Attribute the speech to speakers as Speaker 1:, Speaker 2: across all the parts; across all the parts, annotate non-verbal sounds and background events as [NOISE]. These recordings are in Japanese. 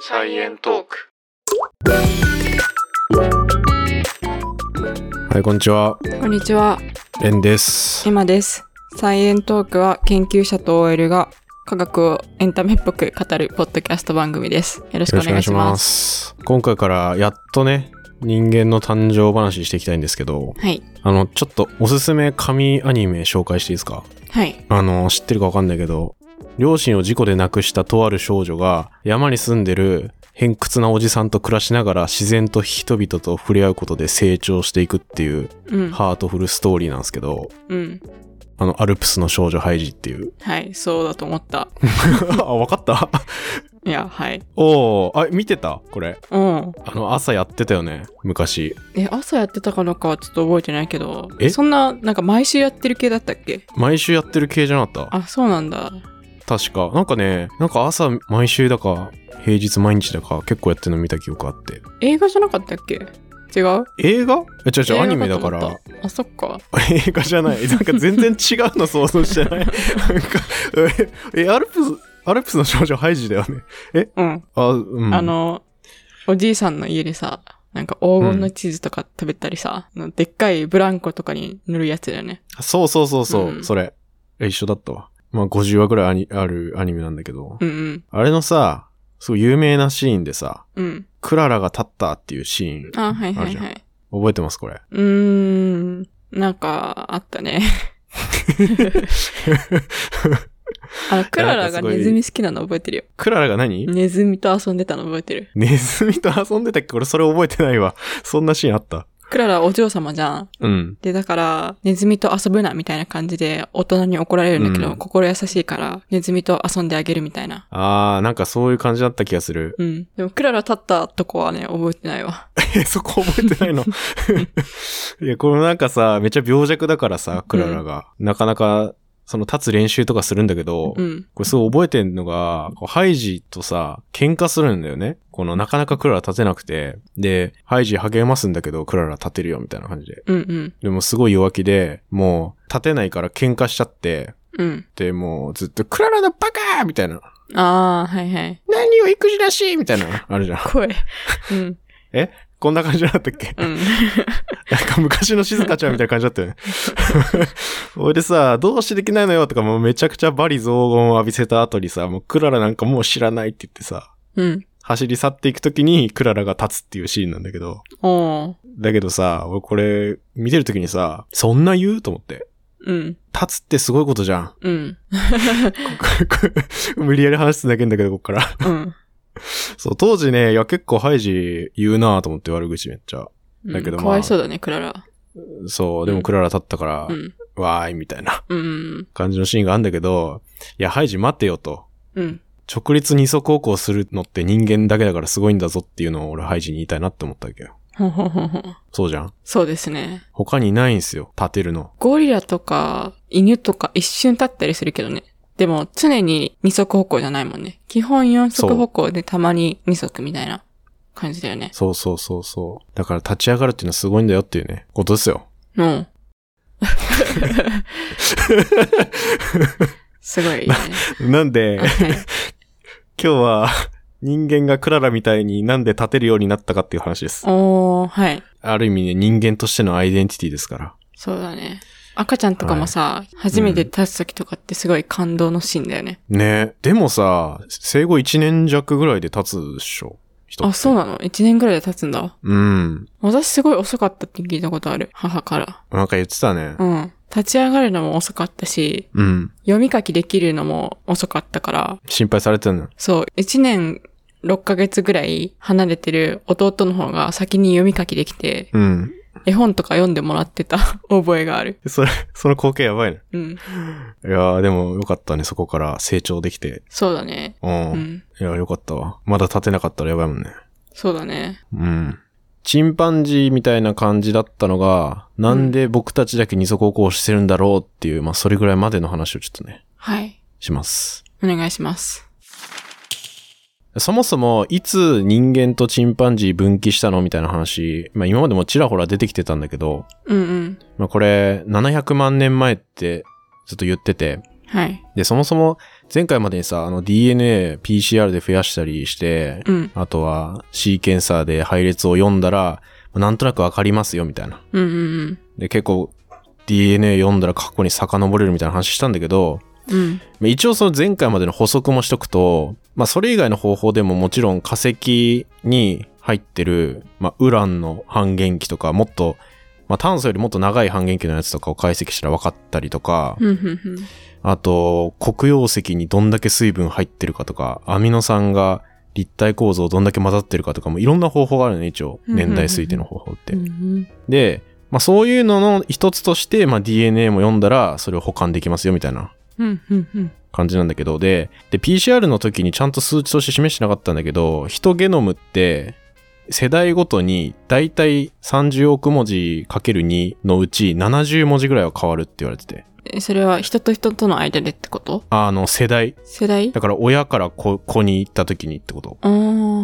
Speaker 1: サイエントーク。
Speaker 2: はい、こんにちは。
Speaker 1: こんにちは、
Speaker 2: エンです。
Speaker 1: エマです。サイエントークは研究者と OL が科学をエンタメっぽく語るポッドキャスト番組です。よろしくお願いします。
Speaker 2: す。今回からやっとね、人間の誕生話していきたいんですけど、
Speaker 1: はい。
Speaker 2: あの、ちょっとおすすめ神アニメ紹介していいですか
Speaker 1: はい。
Speaker 2: あの、知ってるかわかんないけど、両親を事故で亡くしたとある少女が山に住んでる偏屈なおじさんと暮らしながら自然と人々と触れ合うことで成長していくっていう
Speaker 1: うん。
Speaker 2: ハートフルストーリーなんですけど、
Speaker 1: うん。
Speaker 2: あの、アルプスの少女ハイジっていう。 [LAUGHS]
Speaker 1: はい。そうだと思った。
Speaker 2: あ、わかった [LAUGHS]
Speaker 1: いや、はい。
Speaker 2: おおあ、見てたこれ。
Speaker 1: うん。
Speaker 2: あの、朝やってたよね、昔。
Speaker 1: え、朝やってたかのかはちょっと覚えてないけど、
Speaker 2: え
Speaker 1: そんな、なんか毎週やってる系だったっけ
Speaker 2: 毎週やってる系じゃなかっ
Speaker 1: あ、そうなんだ。
Speaker 2: た確か。なんかね、なんか朝毎週だか、平日毎日だか、結構やってるの見た記憶あって。
Speaker 1: 映画じゃなかったっけ違う
Speaker 2: 映画え、違う違う、アニメだか。
Speaker 1: 映画
Speaker 2: ら。 [LAUGHS]
Speaker 1: と思ったあ、そっか。
Speaker 2: 映画じゃない。なんか全然違うの想像してない。なんか、 [LAUGHS] え、えアルプス、アルプスの少女ハイジだよね。
Speaker 1: うん。
Speaker 2: あ、うん。
Speaker 1: あ、の、おじいさんの家でさ、なんか黄金のチーズとか食べたりさ、あのでっかいブランコとかに塗るやつだよね。
Speaker 2: そうそうそうそう、
Speaker 1: うん
Speaker 2: それ。え、一緒だったわ。まあ、50話ぐらいアニあるアニメなんだけど。
Speaker 1: うんうん。
Speaker 2: あれのさ、すごい有名なシーンでさ、
Speaker 1: うん。
Speaker 2: クララが立ったっていうシーン、
Speaker 1: あ、はい
Speaker 2: あ
Speaker 1: は
Speaker 2: る
Speaker 1: い
Speaker 2: じゃ
Speaker 1: は
Speaker 2: ん
Speaker 1: い。
Speaker 2: 覚えてますこれ。
Speaker 1: うーん。なんか、あっ
Speaker 2: [LAUGHS]
Speaker 1: たね。 [LAUGHS] あの、クララがネズミ好きなの覚えてるよ。
Speaker 2: クララが何、
Speaker 1: ネズミと遊んでたの覚えてる。
Speaker 2: ネズミと遊んでたっけ俺それ覚えてないわ。 [LAUGHS] そんなシーンあった。
Speaker 1: クララはお嬢様じゃん。
Speaker 2: うん。
Speaker 1: で、だから、ネズミと遊ぶな、みたいな感じで、大人に怒られるんだけど、
Speaker 2: うん
Speaker 1: 心優しいから、ネズミと遊んであげるみたいな。
Speaker 2: あー、なんかそういう感じだった気がする。 [LAUGHS]
Speaker 1: うん。でも、クララ立ったとこはね、覚えてないわ。
Speaker 2: え、そこ覚えてないのいや、このなんかさ、めっちゃ病弱だからさ、クララが。なかなか、その立つ練習とかするんだけど、
Speaker 1: うん。
Speaker 2: これすごい覚えてんのが、こうハイジとさ、喧嘩するんだよね。このなかなかクララ立てなくて、で、ハイジ励ますんだけど、クララ立てるよみたいな感じで。
Speaker 1: うんうん。
Speaker 2: でもすごい弱気で、もう立てないから喧嘩しちゃって、
Speaker 1: うん。
Speaker 2: で、もうずっとクララだバカーみたいな。
Speaker 1: ああ、はいはい。
Speaker 2: 何を育児らしいみたいな。あるじゃん。 [LAUGHS]
Speaker 1: 声。うん。
Speaker 2: こんな感じだったっけ [LAUGHS]
Speaker 1: う
Speaker 2: な
Speaker 1: ん。
Speaker 2: んか昔の静香ちゃんみたいな感じだったよね。 [LAUGHS] 俺でさ、どうしてできないのよとかもうめちゃくちゃバリ雑言を浴びせた後にさ、もうクララなんかもう知らないって言ってさ、
Speaker 1: うん。
Speaker 2: 走り去っていくときにクララが立つっていうシーンなんだけど。
Speaker 1: おー。
Speaker 2: だけどさ、俺これ見てるときにさ、そんな言うと思って。
Speaker 1: うん。
Speaker 2: 立つってすごいことじゃん。 [LAUGHS]
Speaker 1: うん。
Speaker 2: 無理やり話すだけんだけど、こっから。
Speaker 1: うん。
Speaker 2: そう、当時ね、いや結構ハイジ言うなと思って悪口めっちゃ。
Speaker 1: うん
Speaker 2: [LAUGHS] だけどまあ
Speaker 1: かわいそうだね、クララ。
Speaker 2: そう、でもクララ立ったから、
Speaker 1: うん。
Speaker 2: わーいみたいな
Speaker 1: うん。
Speaker 2: 感じのシーンがあるんだけど、いや、ハイジ待てよと。
Speaker 1: うん。
Speaker 2: 直立二足歩行するのって人間だけだからすごいんだぞっていうのを俺ハイジに言いたいなって思ったわけよ。
Speaker 1: ほほほほ。
Speaker 2: そうじゃん
Speaker 1: そうですね。
Speaker 2: 他にないんすよ、立てるの。
Speaker 1: ゴリラとか、犬とか一瞬立ったりするけどね。でも、常に二足歩行じゃないもんね。基本四足歩行でたまに二足みたいな感じだよね。
Speaker 2: そうそうそうそう。だから立ち上がるっていうのはすごいんだよっていうね、ことですよ。
Speaker 1: [LAUGHS] うん。すごい、ね。
Speaker 2: なん [LAUGHS] で、今日は人間がクララみたいになんで立てるようになったかっていう話です。
Speaker 1: おー、はい。
Speaker 2: ある意味ね、人間としてのアイデンティティですから。
Speaker 1: そうだね。赤ちゃんとかもさ、初めて立つ時とかってすごい感動のシーンだよね。
Speaker 2: ねでもさ、生後1年弱ぐらいで立つでしょ人って
Speaker 1: あ、そうなの ?1 年ぐらいで立つんだ。
Speaker 2: うん。
Speaker 1: 私すごい遅かったって聞いたことある。母から。
Speaker 2: なんか言ってたね。
Speaker 1: うん。立ち上がるのも遅かったし、
Speaker 2: うん。
Speaker 1: 読み書きできるのも遅かったから、
Speaker 2: 心配されてんの。
Speaker 1: そう、1年6ヶ月ぐらい離れてる弟の方が先に読み書きできて、
Speaker 2: うん。
Speaker 1: 絵本とか読んでもらってた覚えがある。
Speaker 2: それ、その光景やばいね。
Speaker 1: うん。
Speaker 2: いやー、でもよかったね、そこから成長できて。
Speaker 1: そうだね。
Speaker 2: うん。
Speaker 1: う
Speaker 2: い
Speaker 1: ん。
Speaker 2: や、よかったわ。まだ立てなかったらやばいもんね。
Speaker 1: そうだね。
Speaker 2: うん。チンパンジーみたいな感じだったのが、なんで僕たちだけ二足歩行してるんだろうっていう、まあ、それぐらいまでの話をちょっとね、
Speaker 1: はい。
Speaker 2: します。
Speaker 1: お願いします。
Speaker 2: そもそも、いつ人間とチンパンジー分岐したのみたいな話、まあ、今までもちらほら出てきてたんだけど、
Speaker 1: うんうん。
Speaker 2: まあ、これ、700万年前ってずっと言ってて、
Speaker 1: はい。
Speaker 2: で、そもそも前回までにさ、あの DNA、PCR で増やしたりして、
Speaker 1: うん。
Speaker 2: あとはシーケンサーで配列を読んだら、なんとなくわかりますよみたいな。
Speaker 1: うんうん
Speaker 2: で、結構 DNA 読んだら過去に遡れるみたいな話したんだけど、
Speaker 1: うん。うん。
Speaker 2: まあ一応その前回までの補足もしとくと、まあそれ以外の方法でももちろん化石に入ってる、まあウランの半減期とか、もっと、まあ炭素よりもっと長い半減期のやつとかを解析したら分かったりとか、
Speaker 1: うんうんうん。
Speaker 2: あと、黒曜石にどんだけ水分入ってるかとか、アミノ酸が立体構造どんだけ混ざってるかとかもいろんな方法があるのね、一応。
Speaker 1: うんうんうんう
Speaker 2: 年
Speaker 1: ん
Speaker 2: 代推定の方法って。
Speaker 1: うん
Speaker 2: で、まあそういうのの一つとして、まあ DNA も読んだらそれを保管できますよみたいな
Speaker 1: うんうんうん。
Speaker 2: 感じなんだけど、で、で、PCR の時にちゃんと数値として示してなかったんだけど、人ゲノムって、世代ごとに大体30億文字 ×2 のうち70文字ぐらいは変わるって言われてて。
Speaker 1: えそれは人と人との間でってこと
Speaker 2: あの、世代。
Speaker 1: 世代
Speaker 2: だから親から子子に行った時にってこと。
Speaker 1: ああ、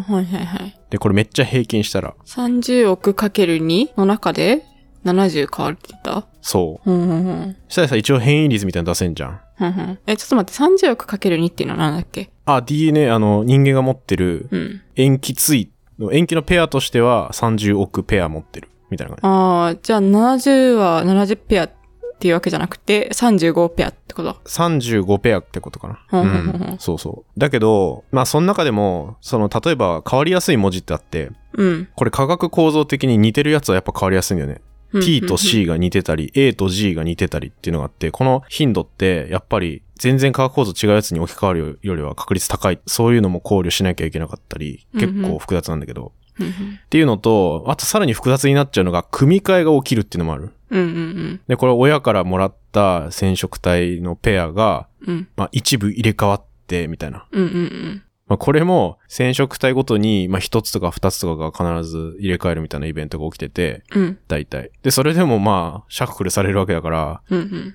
Speaker 1: はいはいはい。
Speaker 2: で、これめっちゃ平均したら、
Speaker 1: 30億かける2の中で70変わるって言った
Speaker 2: そう。
Speaker 1: うんうんうん。
Speaker 2: そしたらさ、一応変異率みたいなの出せんじゃん。
Speaker 1: うんうんえ、ちょっと待って、30億かける2っていうのはなんだっけ
Speaker 2: あ、DNA、あの、人間が持ってる
Speaker 1: うん。
Speaker 2: 塩基対の、塩基のペアとしては30億ペア持ってる。みたいな感
Speaker 1: ああ、じゃあ70は70ペアっていうわけじゃなくて、35ペアってこと
Speaker 2: じ。35ペアってことかな。
Speaker 1: う
Speaker 2: うん
Speaker 1: うんうん
Speaker 2: ん。そうそう。だけど、まあ、その中でも、その、例えば変わりやすい文字ってあって、
Speaker 1: うん。
Speaker 2: これ化学構造的に似てるやつはやっぱ変わりやすいんだよね。
Speaker 1: うん
Speaker 2: P と。C が似てたり、A と G が似てたりっていうのがあって、この頻度って、やっぱり全然化学構造違うやつに置き換わるよりは確率高い。そういうのも考慮しなきゃいけなかったり、結
Speaker 1: うんう
Speaker 2: 構
Speaker 1: ん
Speaker 2: 複雑なんだけど。
Speaker 1: うんうん
Speaker 2: っていうのと、あとさらに複雑になっちゃうのが、組み替えが起きるっていうのもある。
Speaker 1: うんうん
Speaker 2: で、これ親からもらった染色体のペアが、
Speaker 1: うん。うん
Speaker 2: まあ一部入れ替わって、みたいな。
Speaker 1: うんうん
Speaker 2: まあこれも染色体ごとに、まあ一つとか二つとかが必ず入れ替えるみたいなイベントが起きてて、
Speaker 1: うん。うん
Speaker 2: 大体。で、それでもまあ、シャッフルされるわけだから、
Speaker 1: うんうん。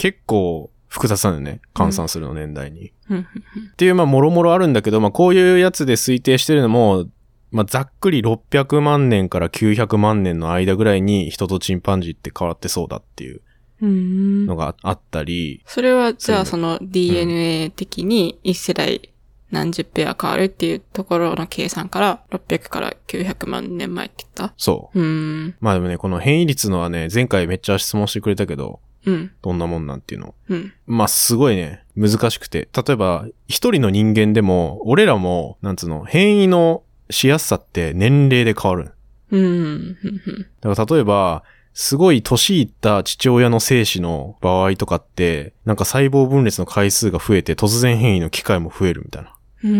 Speaker 2: 結構複雑なんだよね。換算するの年代に。
Speaker 1: うんうん
Speaker 2: っていう、まあ、もろもろあるんだけど、まあ、こういうやつで推定してるのも、まあ、ざっくり600万年から900万年の間ぐらいに人とチンパンジーって変わってそうだっていう
Speaker 1: うんう
Speaker 2: の
Speaker 1: ん。
Speaker 2: があったり、
Speaker 1: それは、じゃあそ
Speaker 2: そ
Speaker 1: の DNA 的に1世代何十ペア変わるっていうところの計算から600から900万年前って言った
Speaker 2: そう。
Speaker 1: うーん。
Speaker 2: まあでもね、この変異率のはね、前回めっちゃ質問してくれたけど、
Speaker 1: うん。
Speaker 2: どんなもんなんていうの。
Speaker 1: うん。
Speaker 2: まあ、すごいね、難しくて。例えば、一人の人間でも、俺らも、なんつうの、変異のしやすさって年齢で変わる。
Speaker 1: うん。うんうん
Speaker 2: だから例えば、すごい年いった父親の精子の場合とかって、なんか細胞分裂の回数が増えて突然変異の機会も増えるみたいな。
Speaker 1: うー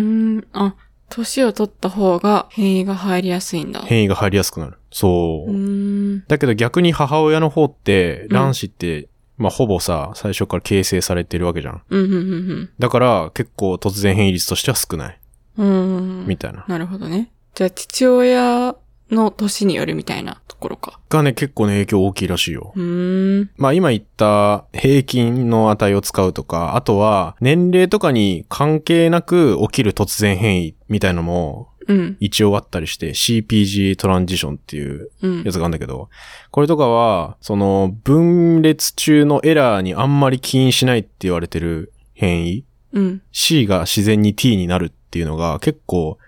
Speaker 1: ん。あ、年を取った方が変異が入りやすいんだ。
Speaker 2: 変異が入りやすくなる。そうう。
Speaker 1: ーん。
Speaker 2: だけど逆に母親の方って、
Speaker 1: うん
Speaker 2: 卵子って、まあほぼさ、最初から形成されてるわけじゃん。
Speaker 1: うん、うん、うん
Speaker 2: だから結構突然変異率としては少ない。
Speaker 1: うん。うー
Speaker 2: み
Speaker 1: ん。
Speaker 2: たいな。
Speaker 1: なるほどね。じゃあ、父親の年によるみたいなところか。
Speaker 2: がね、結構ね、影響大きいらしいよ。
Speaker 1: うーん。
Speaker 2: まあ今言った平均の値を使うとか、あとは年齢とかに関係なく起きる突然変異みたいのも
Speaker 1: うん。
Speaker 2: 一応あったりして CPG トランジションっていう
Speaker 1: うん
Speaker 2: や。つがあるんだけど、これとかは、その分裂中のエラーにあんまり起因しないって言われてる変異、
Speaker 1: うん。
Speaker 2: C が自然に T になるっていうのが結構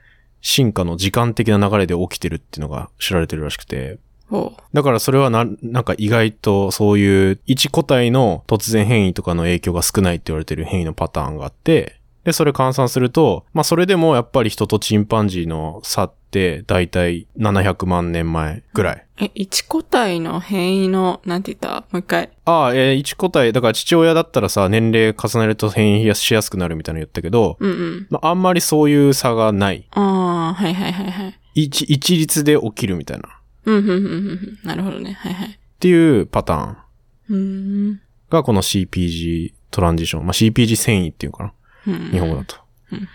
Speaker 2: 進化の時間的な流れで起きてるっていうのが知られてるらしくて、
Speaker 1: ほ
Speaker 2: だからそれはな、なんか意外とそういう一個体の突然変異とかの影響が少ないって言われてる変異のパターンがあって、で、それ換算すると、まあそれでもやっぱり人とチンパンジーの差って大体700万年前ぐらい。
Speaker 1: う。え、一個体の変異の、なんて言ったもう一回。
Speaker 2: ああ、えー一個体、だから父親だったらさ、年齢重ねると変異しやすくなるみたいなの言ったけど、
Speaker 1: うんうん。
Speaker 2: まああんまりそういう差がない。
Speaker 1: ああ、はいはいはいはい。
Speaker 2: 一、一律で起きるみたいな。っ
Speaker 1: うん、うん、うん、うん。なるほどね。はいはい。
Speaker 2: ていうパターン
Speaker 1: うーん。
Speaker 2: がこの CPG トランジション。まあ CPG 遷移っていうのかな。
Speaker 1: うん
Speaker 2: 日本語だと。
Speaker 1: うん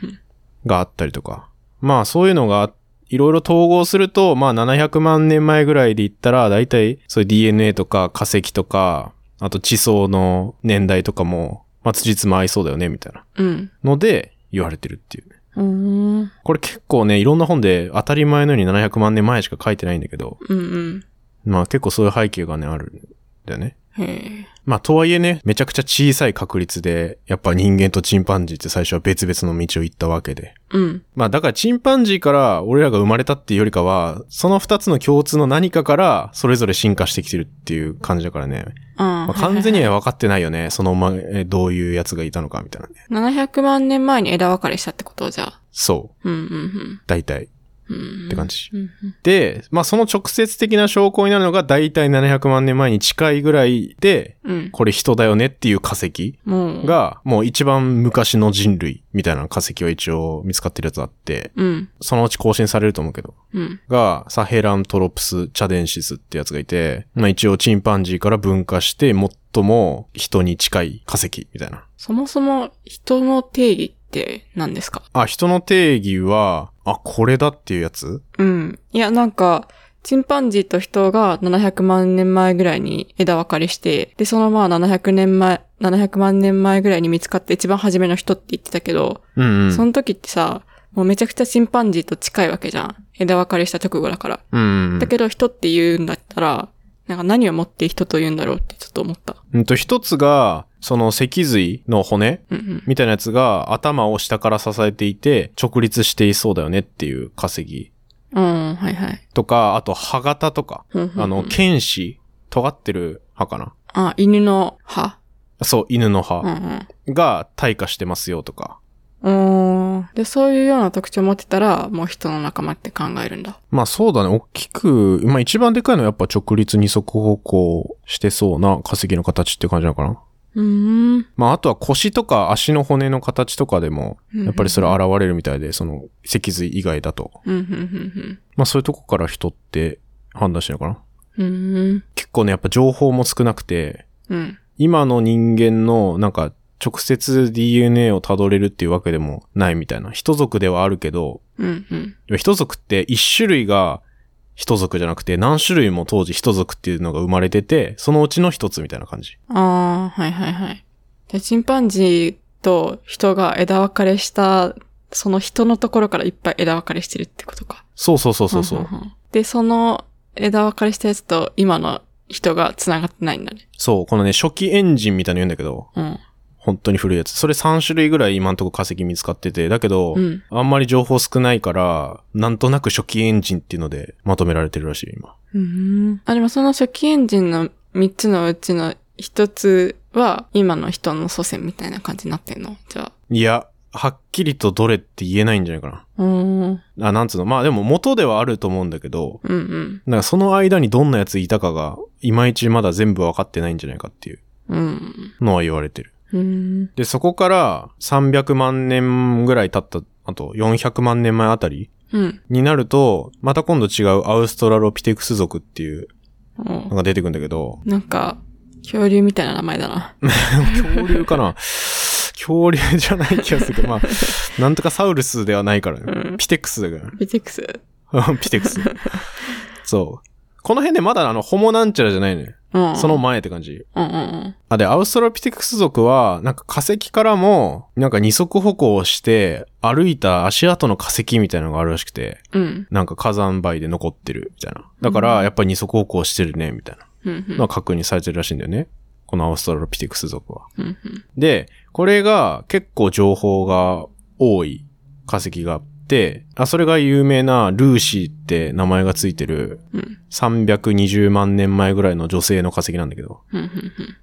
Speaker 2: があったりとか。まあそういうのが、いろいろ統合すると、まあ700万年前ぐらいで言ったら、だいたいそういう DNA とか化石とか、あと地層の年代とかも、まあ辻褄合いそうだよね、みたいな。
Speaker 1: うん。
Speaker 2: ので、言われてるっていうね。
Speaker 1: うん。うーん。
Speaker 2: これ結構ね、いろんな本で当たり前のように700万年前しか書いてないんだけど、
Speaker 1: うん、うん。
Speaker 2: まあ結構そういう背景がね、あるんだよね。
Speaker 1: へえ。
Speaker 2: まあ、とはいえね、めちゃくちゃ小さい確率で、やっぱ人間とチンパンジーって最初は別々の道を行ったわけで。
Speaker 1: うん。
Speaker 2: まあだからチンパンジーから俺らが生まれたっていうよりかは、その二つの共通の何かからそれぞれ進化してきてるっていう感じだからね。
Speaker 1: あ
Speaker 2: まあ、完全には分かってないよね。そのま、えどういうやつがいたのかみたいなね。
Speaker 1: 700万年前に枝分かれしたってことじゃあ。
Speaker 2: そう。
Speaker 1: うんうん
Speaker 2: 大体。
Speaker 1: うん。
Speaker 2: って感じ
Speaker 1: うんうん。
Speaker 2: で、まあその直接的な証拠になるのが大体700万年前に近いぐらいで、
Speaker 1: うん。
Speaker 2: これ人だよねっていう化石
Speaker 1: もう。、
Speaker 2: が、もう一番昔の人類みたいな化石は一応見つかってるやつあって、
Speaker 1: うん。
Speaker 2: そのうち更新されると思うけど。
Speaker 1: うん。
Speaker 2: が、サヘラントロプス・チャデンシスってやつがいて、まあ一応チンパンジーから分化して最も人に近い化石みたいな。
Speaker 1: そもそも人の定義って何ですか
Speaker 2: あ、人の定義は、あ、これだっていうやつ
Speaker 1: うん。いや、なんか、チンパンジーと人が700万年前ぐらいに枝分かれして、で、そのまあ700年前、700万年前ぐらいに見つかって一番初めの人って言ってたけど、
Speaker 2: うんうん。
Speaker 1: その時ってさ、もうめちゃくちゃチンパンジーと近いわけじゃん。枝分かれした直後だから。
Speaker 2: うんうん
Speaker 1: だけど人って言うんだったら、なんか何をもって人と言うんだろうってちょっと思った。
Speaker 2: うんと、一つが、その脊髄の骨
Speaker 1: うんうん。
Speaker 2: みたいなやつが頭を下から支えていて直立していそうだよねっていう化石
Speaker 1: うん、はいはい。
Speaker 2: とか、あと歯型とか、
Speaker 1: ふんふんふん
Speaker 2: あの、剣士、尖ってる歯かな。
Speaker 1: あ、犬の歯
Speaker 2: そう、犬の
Speaker 1: うんう
Speaker 2: 歯
Speaker 1: ん。
Speaker 2: が退化してますよとか。
Speaker 1: うーん。で、そういうような特徴を持ってたら、もう人の仲間って考えるんだ。
Speaker 2: まあそうだね、大きく、まあ一番でかいのはやっぱ直立二足歩行してそうな化石の形って感じなのかな。
Speaker 1: うーん。
Speaker 2: まああとは腰とか足の骨の形とかでも、やっぱりそれ現れるみたいで、その脊髄以外だと。
Speaker 1: うん、うん、うん、
Speaker 2: まあそういうとこから人って判断してるのかな。
Speaker 1: うん。うん。
Speaker 2: 結構ね、やっぱ情報も少なくて、
Speaker 1: うん。
Speaker 2: 今の人間のなんか直接 DNA をたどれるっていうわけでもないみたいな。人族ではあるけど、
Speaker 1: うん、うん。
Speaker 2: でも人族って一種類が人族じゃなくて何種類も当時人族っていうのが生まれてて、そのうちの一つみたいな感じ。
Speaker 1: あー、はい、はい、はい。で、チンパンジーと人が枝分かれした、その人のところからいっぱい枝分かれしてるってことか。
Speaker 2: そうそうそうそうそ
Speaker 1: ん
Speaker 2: う。
Speaker 1: んん。で、その枝分かれしたやつと今の人が繋がってないんだね。
Speaker 2: そう、このね、初期エンジンみたいなの言うんだけど、
Speaker 1: うん。
Speaker 2: 本当に古いやつ。それ3種類ぐらい今んとこ化石見つかってて、だけど、
Speaker 1: うん。
Speaker 2: あんまり情報少ないから、なんとなく初期エンジンっていうのでまとめられてるらしい、今。
Speaker 1: うん。あ、でもその初期エンジンの3つのうちの1つは、今の人の祖先みたいな感じになってんのじゃあ。
Speaker 2: いや、はっきりとどれって言えないんじゃないか
Speaker 1: うーん。うん
Speaker 2: な。あ、なんつうの。まあでも元ではあると思うんだけど、
Speaker 1: うん。
Speaker 2: なんかその間にどんなやついたかが、いまいちまだ全部わかってないんじゃないかっていう
Speaker 1: うん。
Speaker 2: のは言われてる。
Speaker 1: うん。
Speaker 2: で、そこから300万年ぐらい経った、あと400万年前あたり
Speaker 1: うん。
Speaker 2: になると、また今度違うアウストラロピテクス族っていうの
Speaker 1: お
Speaker 2: が出てくんだけど、
Speaker 1: なんか、恐竜みたいな名前だな。
Speaker 2: 恐竜
Speaker 1: [LAUGHS]
Speaker 2: かな恐竜じゃない気がするけど、まあ、なんとかサウルスではないからね。
Speaker 1: うん。
Speaker 2: ピテクスだか
Speaker 1: ビテックス。
Speaker 2: ら。 [LAUGHS] ピテクス。そう。この辺でまだあの、ホモなんちゃらじゃないのよ。
Speaker 1: うん。
Speaker 2: その、前って感じ。
Speaker 1: うんうん
Speaker 2: あ、で、アウストラピテクス族は、なんか化石からも、なんか二足歩行をして、歩いた足跡の化石みたいなのがあるらしくて、
Speaker 1: うん。うん。
Speaker 2: なんか火山灰で残ってる、みたいな。だから、やっぱり二足歩行してるね、みたいな
Speaker 1: うんうん。
Speaker 2: のが確認されてるらしいんだよね。このアウストラピテクス族は。
Speaker 1: うんうん。
Speaker 2: で、これが結構情報が多い化石があって、あ、それが有名なルーシーって名前がついてる
Speaker 1: うん
Speaker 2: 320万年前ぐらいの女性の化石なんだけど、
Speaker 1: うんうん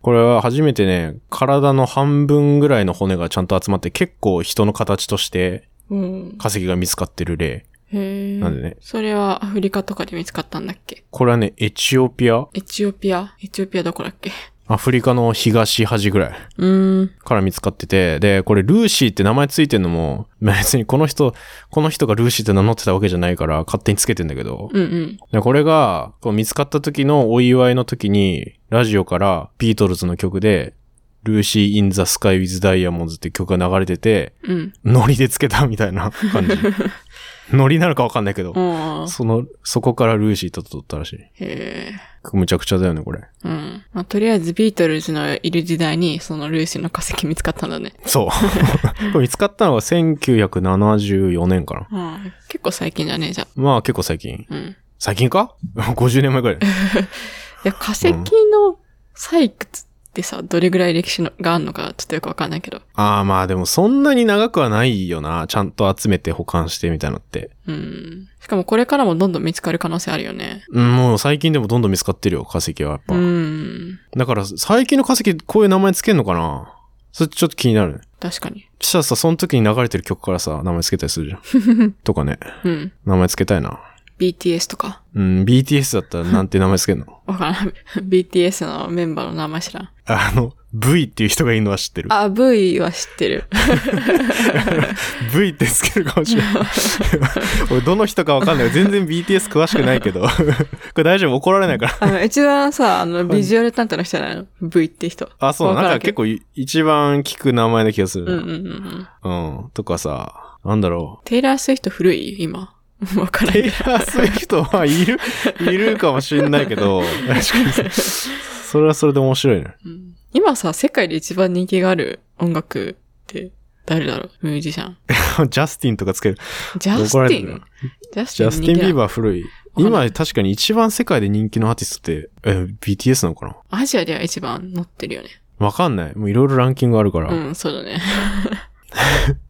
Speaker 2: これは初めてね、体の半分ぐらいの骨がちゃんと集まって結構人の形として
Speaker 1: うん。うん。
Speaker 2: 化石が見つかってる例。
Speaker 1: へえ。
Speaker 2: なんでね
Speaker 1: それはアフリカとかで見つかったんだっけ
Speaker 2: これはね、エチオピア
Speaker 1: エチオピアエチオピアどこだっけ
Speaker 2: アフリカの東端ぐらいう
Speaker 1: ーん。
Speaker 2: から見つかってて、で、これルーシーって名前ついてんのも、別にこの人、この人がルーシーって名乗ってたわけじゃないから勝手につけてんだけど、
Speaker 1: うんうん。
Speaker 2: でこれが、こう見つかった時のお祝いの時に、ラジオからビートルズの曲で、ルーシー・イン・ザ・スカイ・ウィズ・ダイヤモンズって曲が流れてて、
Speaker 1: うん。
Speaker 2: ノリでつけたみたい
Speaker 1: [LAUGHS]
Speaker 2: な感じ。ノリなのかわかんないけど、
Speaker 1: うん。
Speaker 2: その、そこからルーシーと撮ったらしい。
Speaker 1: へえ。
Speaker 2: むちゃくちゃだよね、これ。
Speaker 1: うん。まあ、とりあえずビートルズのいる時代に、そのルーシーの化石見つかったんだね。 [LAUGHS]
Speaker 2: そう。これ見つかったのが1974年かな。
Speaker 1: うん。結構最近じゃねえじゃん。
Speaker 2: まあ結構最近。
Speaker 1: うん。い
Speaker 2: [LAUGHS] 最近か ?50 年前くらい。
Speaker 1: や、化石の採掘ってさ、どれぐらい歴史のがあるのかちょっとよくわかんないけど。
Speaker 2: ああ、まあでもそんなに長くはないよな。ちゃんと集めて保管してみたいなのって。
Speaker 1: うん。しかもこれからもどんどん見つかる可能性あるよね。
Speaker 2: うん、もう最近でもどんどん見つかってるよ、化石はやっぱ。
Speaker 1: うん。
Speaker 2: だから最近の化石こういう名前つけんのかなそれちょっと気になるね。
Speaker 1: 確かに。
Speaker 2: そしたらさ、その時に流れてる曲からさ、名前つけたりするじゃ
Speaker 1: [LAUGHS]
Speaker 2: ん。とかね。
Speaker 1: うん。
Speaker 2: 名前つけたいな。
Speaker 1: BTS とか。
Speaker 2: うん、BTS だったらなんて名前つけん
Speaker 1: [LAUGHS]
Speaker 2: の
Speaker 1: わからん。BTS のメンバーの名前知らん。
Speaker 2: あの、V っていう人がいるのは知ってる。
Speaker 1: あ、V は知ってる。
Speaker 2: V ってつけるかも
Speaker 1: [LAUGHS]
Speaker 2: しれない。俺どの人かわかんない。全然 BTS 詳しくないけど。こ [LAUGHS] れ大丈夫怒られないから。
Speaker 1: あの、一番さ、あの、ビジュアル担当の人じゃないの ?V って人。
Speaker 2: あ、そう、
Speaker 1: わ
Speaker 2: なん
Speaker 1: ら
Speaker 2: か
Speaker 1: け
Speaker 2: 結
Speaker 1: ど。
Speaker 2: 構い一番聞く名前な気がする
Speaker 1: う
Speaker 2: な。
Speaker 1: んうんうんうん。
Speaker 2: うん、とかさ、なんだろ
Speaker 1: テイラー・スウィフト古い今。 [LAUGHS] わから
Speaker 2: う。
Speaker 1: んけ
Speaker 2: テ
Speaker 1: ど
Speaker 2: イラー・スウィフトはいる、いるかもしれないけど、確かに。それはそれで面白いね。 [LAUGHS]
Speaker 1: うん今さ、世界で一番人気がある音楽って誰だろうミュージシャン。
Speaker 2: ジャスティンとかつける。
Speaker 1: ジャス
Speaker 2: 怒ら
Speaker 1: テ
Speaker 2: れ
Speaker 1: ィ
Speaker 2: るな
Speaker 1: ンジャス
Speaker 2: ジ
Speaker 1: ティ
Speaker 2: ャ
Speaker 1: ン
Speaker 2: ス
Speaker 1: 人
Speaker 2: ティ
Speaker 1: 気
Speaker 2: ン・
Speaker 1: だ
Speaker 2: ビーバー古い。
Speaker 1: わかんな
Speaker 2: 今
Speaker 1: い
Speaker 2: 確かに一番世界で人気のアーティストって、え、BTS なのかな
Speaker 1: アジアでは一番乗ってるよね。
Speaker 2: わかんない。もういろいろランキングあるから。
Speaker 1: うん、そうだ
Speaker 2: [LAUGHS]
Speaker 1: ね。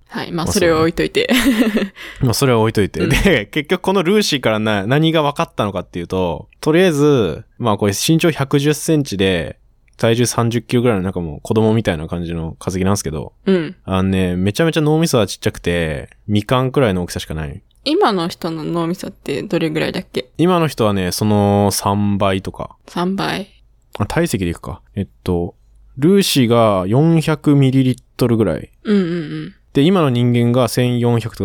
Speaker 1: はい。まあ、
Speaker 2: まあ
Speaker 1: それを置いといて。 [LAUGHS]
Speaker 2: まあそれは置いといて。
Speaker 1: うん
Speaker 2: で、 [LAUGHS] 結局このルーシーからな何が分かったのかっていうと、とりあえず、まあこれ身長110センチで、体重30キロぐらいのなんかもう子供みたいな感じの化石なんですけど、
Speaker 1: うん。
Speaker 2: あのね、めちゃめちゃ脳みそはちっちゃくて、みかんくらいの大きさしかない。
Speaker 1: 今の人の脳みそってどれぐらいだっけ
Speaker 2: 今の人はね、その3倍とか。
Speaker 1: ?3 倍。
Speaker 2: あ、体積でいくか。えっと、ルーシーが400ミリリットルぐらい。
Speaker 1: うんうん
Speaker 2: で、今の人間が1400とか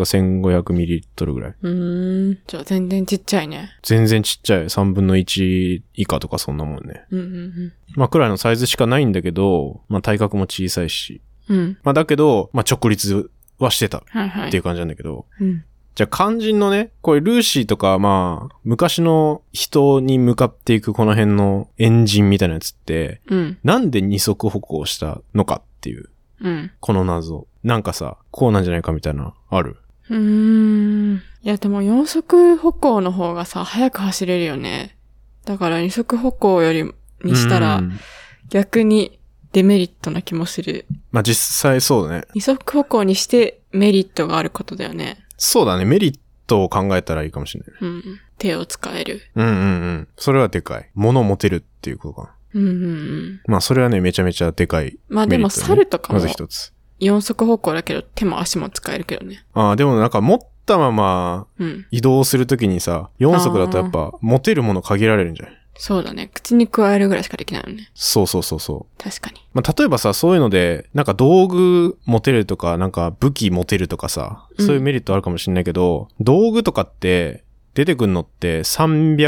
Speaker 2: 1500ミリリットルぐらい。
Speaker 1: うん。うーん。じゃあ全然ちっちゃいね。
Speaker 2: 全然ちっちゃい。3分の1以下とかそんなもんね。
Speaker 1: うんうん
Speaker 2: まあ、くらいのサイズしかないんだけど、まあ、体格も小さいし。
Speaker 1: うん。うん。
Speaker 2: まあ、だけど、まあ、直立はしてたっ
Speaker 1: はいはい。
Speaker 2: ていう感じなんだけど。
Speaker 1: うん。
Speaker 2: じゃあ、肝心のね、これルーシーとか、まあ、昔の人に向かっていくこの辺のエンジンみたいなやつって、
Speaker 1: うん。
Speaker 2: なんで二足歩行したのかっていう、
Speaker 1: うん。
Speaker 2: この謎。なんかさ、こうなんじゃないかみたいな、ある。
Speaker 1: うーん。いや、でも四足歩行の方がさ、速く走れるよね。だから二足歩行より、にした
Speaker 2: う
Speaker 1: ら、
Speaker 2: ん
Speaker 1: 逆にデメリットな気もする。
Speaker 2: まあ、実際そうだね。
Speaker 1: 二足歩行にしてメリットがあることだよね。
Speaker 2: そうだね。メリットを考えたらいいかもしれない。
Speaker 1: うん。手を使える。
Speaker 2: うんうんうん。それはでかい。物を持てるっていうことかな。
Speaker 1: うんうんうん。
Speaker 2: まあ、それはね、めちゃめちゃでかい。
Speaker 1: まあで
Speaker 2: メリッ
Speaker 1: も
Speaker 2: トね
Speaker 1: 猿とか
Speaker 2: ま
Speaker 1: も
Speaker 2: ず一つ。
Speaker 1: 四足歩行だけど手も足も使えるけどね。
Speaker 2: ああ、でもなんか持ったまま
Speaker 1: うん。
Speaker 2: 移動するときにさ、4足だとやっぱ持てるもの限られるんじゃない
Speaker 1: そうだね。口に加えるぐらいしかできないよね。
Speaker 2: そうそうそうそう。
Speaker 1: 確かに。
Speaker 2: まあ、例えばさ、そういうので、なんか道具持てるとか、なんか武器持てるとかさ、
Speaker 1: うん
Speaker 2: そういうメリットあるかもしれないけど、道具とかって出てくんのって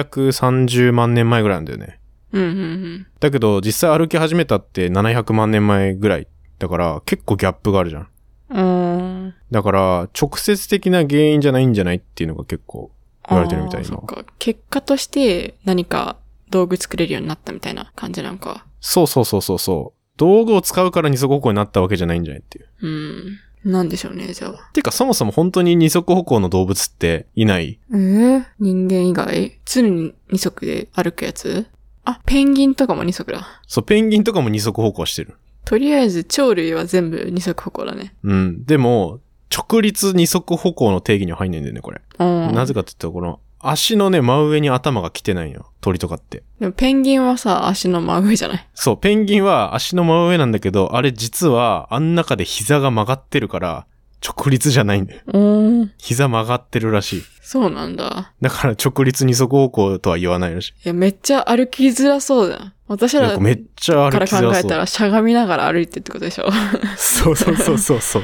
Speaker 2: 330万年前ぐらいなんだよね。
Speaker 1: うんうんうん。
Speaker 2: だけど、実際歩き始めたって700万年前ぐらい。だから、結構ギャップがあるじゃん。
Speaker 1: うーん。
Speaker 2: だから、直接的な原因じゃないんじゃないっていうのが結構言われてるみたい
Speaker 1: あーそ
Speaker 2: な
Speaker 1: っ。か。結果として何か道具作れるようになったみたいな感じなんか。
Speaker 2: そうそうそうそうそう。道具を使うから二足歩行になったわけじゃないんじゃないっていう。
Speaker 1: うん。なんでしょうね、じゃあ。
Speaker 2: てか、そもそも本当に二足歩行の動物っていない。
Speaker 1: えー、人間以外常に二足で歩くやつあ、ペンギンとかも二足だ。
Speaker 2: そう、ペンギンとかも二足歩行してる。
Speaker 1: とりあえず鳥類は全部二足歩行だね。
Speaker 2: うん。でも、直立二足歩行の定義には入んないんだよね、これ。
Speaker 1: うん。
Speaker 2: なぜかって言ったら、この、足のね、真上に頭が来てないよ。鳥とかって。
Speaker 1: でもペンギンはさ、足の真上じゃない
Speaker 2: そう、ペンギンは足の真上なんだけど、あれ実は、あん中で膝が曲がってるから、直立じゃないんだよ。
Speaker 1: うん。
Speaker 2: 膝曲がってるらしい。
Speaker 1: そうなんだ。
Speaker 2: だから直立二足歩行とは言わないらしい。
Speaker 1: いや、めっちゃ歩きづらそうだな。私
Speaker 2: な
Speaker 1: ら
Speaker 2: んかめっちゃ
Speaker 1: か
Speaker 2: 歩
Speaker 1: ら
Speaker 2: きづ
Speaker 1: 考
Speaker 2: ら
Speaker 1: え
Speaker 2: そ
Speaker 1: た
Speaker 2: う。
Speaker 1: らしゃがみながら歩いてってことでしょ。
Speaker 2: そうそうそうそう
Speaker 1: [LAUGHS]
Speaker 2: そう。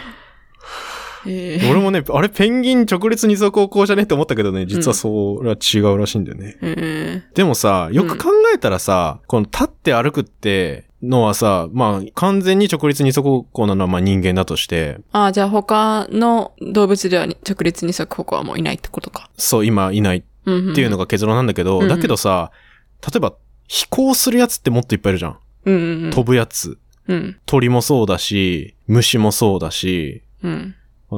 Speaker 1: ええ
Speaker 2: [LAUGHS] 俺もね、あれペンギン直立二足歩行じゃねって思ったけどね、実はそれは違うらしいんだよね。
Speaker 1: うん。
Speaker 2: でもさ、よく考えたらさ、この立って歩くってのはさ、まあ完全に直立二足歩行なのはまあ人間だとして、
Speaker 1: ああ、じゃあ他の動物ではに直列二足歩行はもういないってことか。
Speaker 2: そう今いないっ
Speaker 1: うん、うん。
Speaker 2: ていうのが結論なんだけど、
Speaker 1: うんうん
Speaker 2: だけどさ、例えば飛行するやつってもっといっぱいいるじゃん。
Speaker 1: うんうんうん。
Speaker 2: 飛ぶやつ。
Speaker 1: うん。
Speaker 2: 鳥もそうだし、虫もそうだし、
Speaker 1: うん。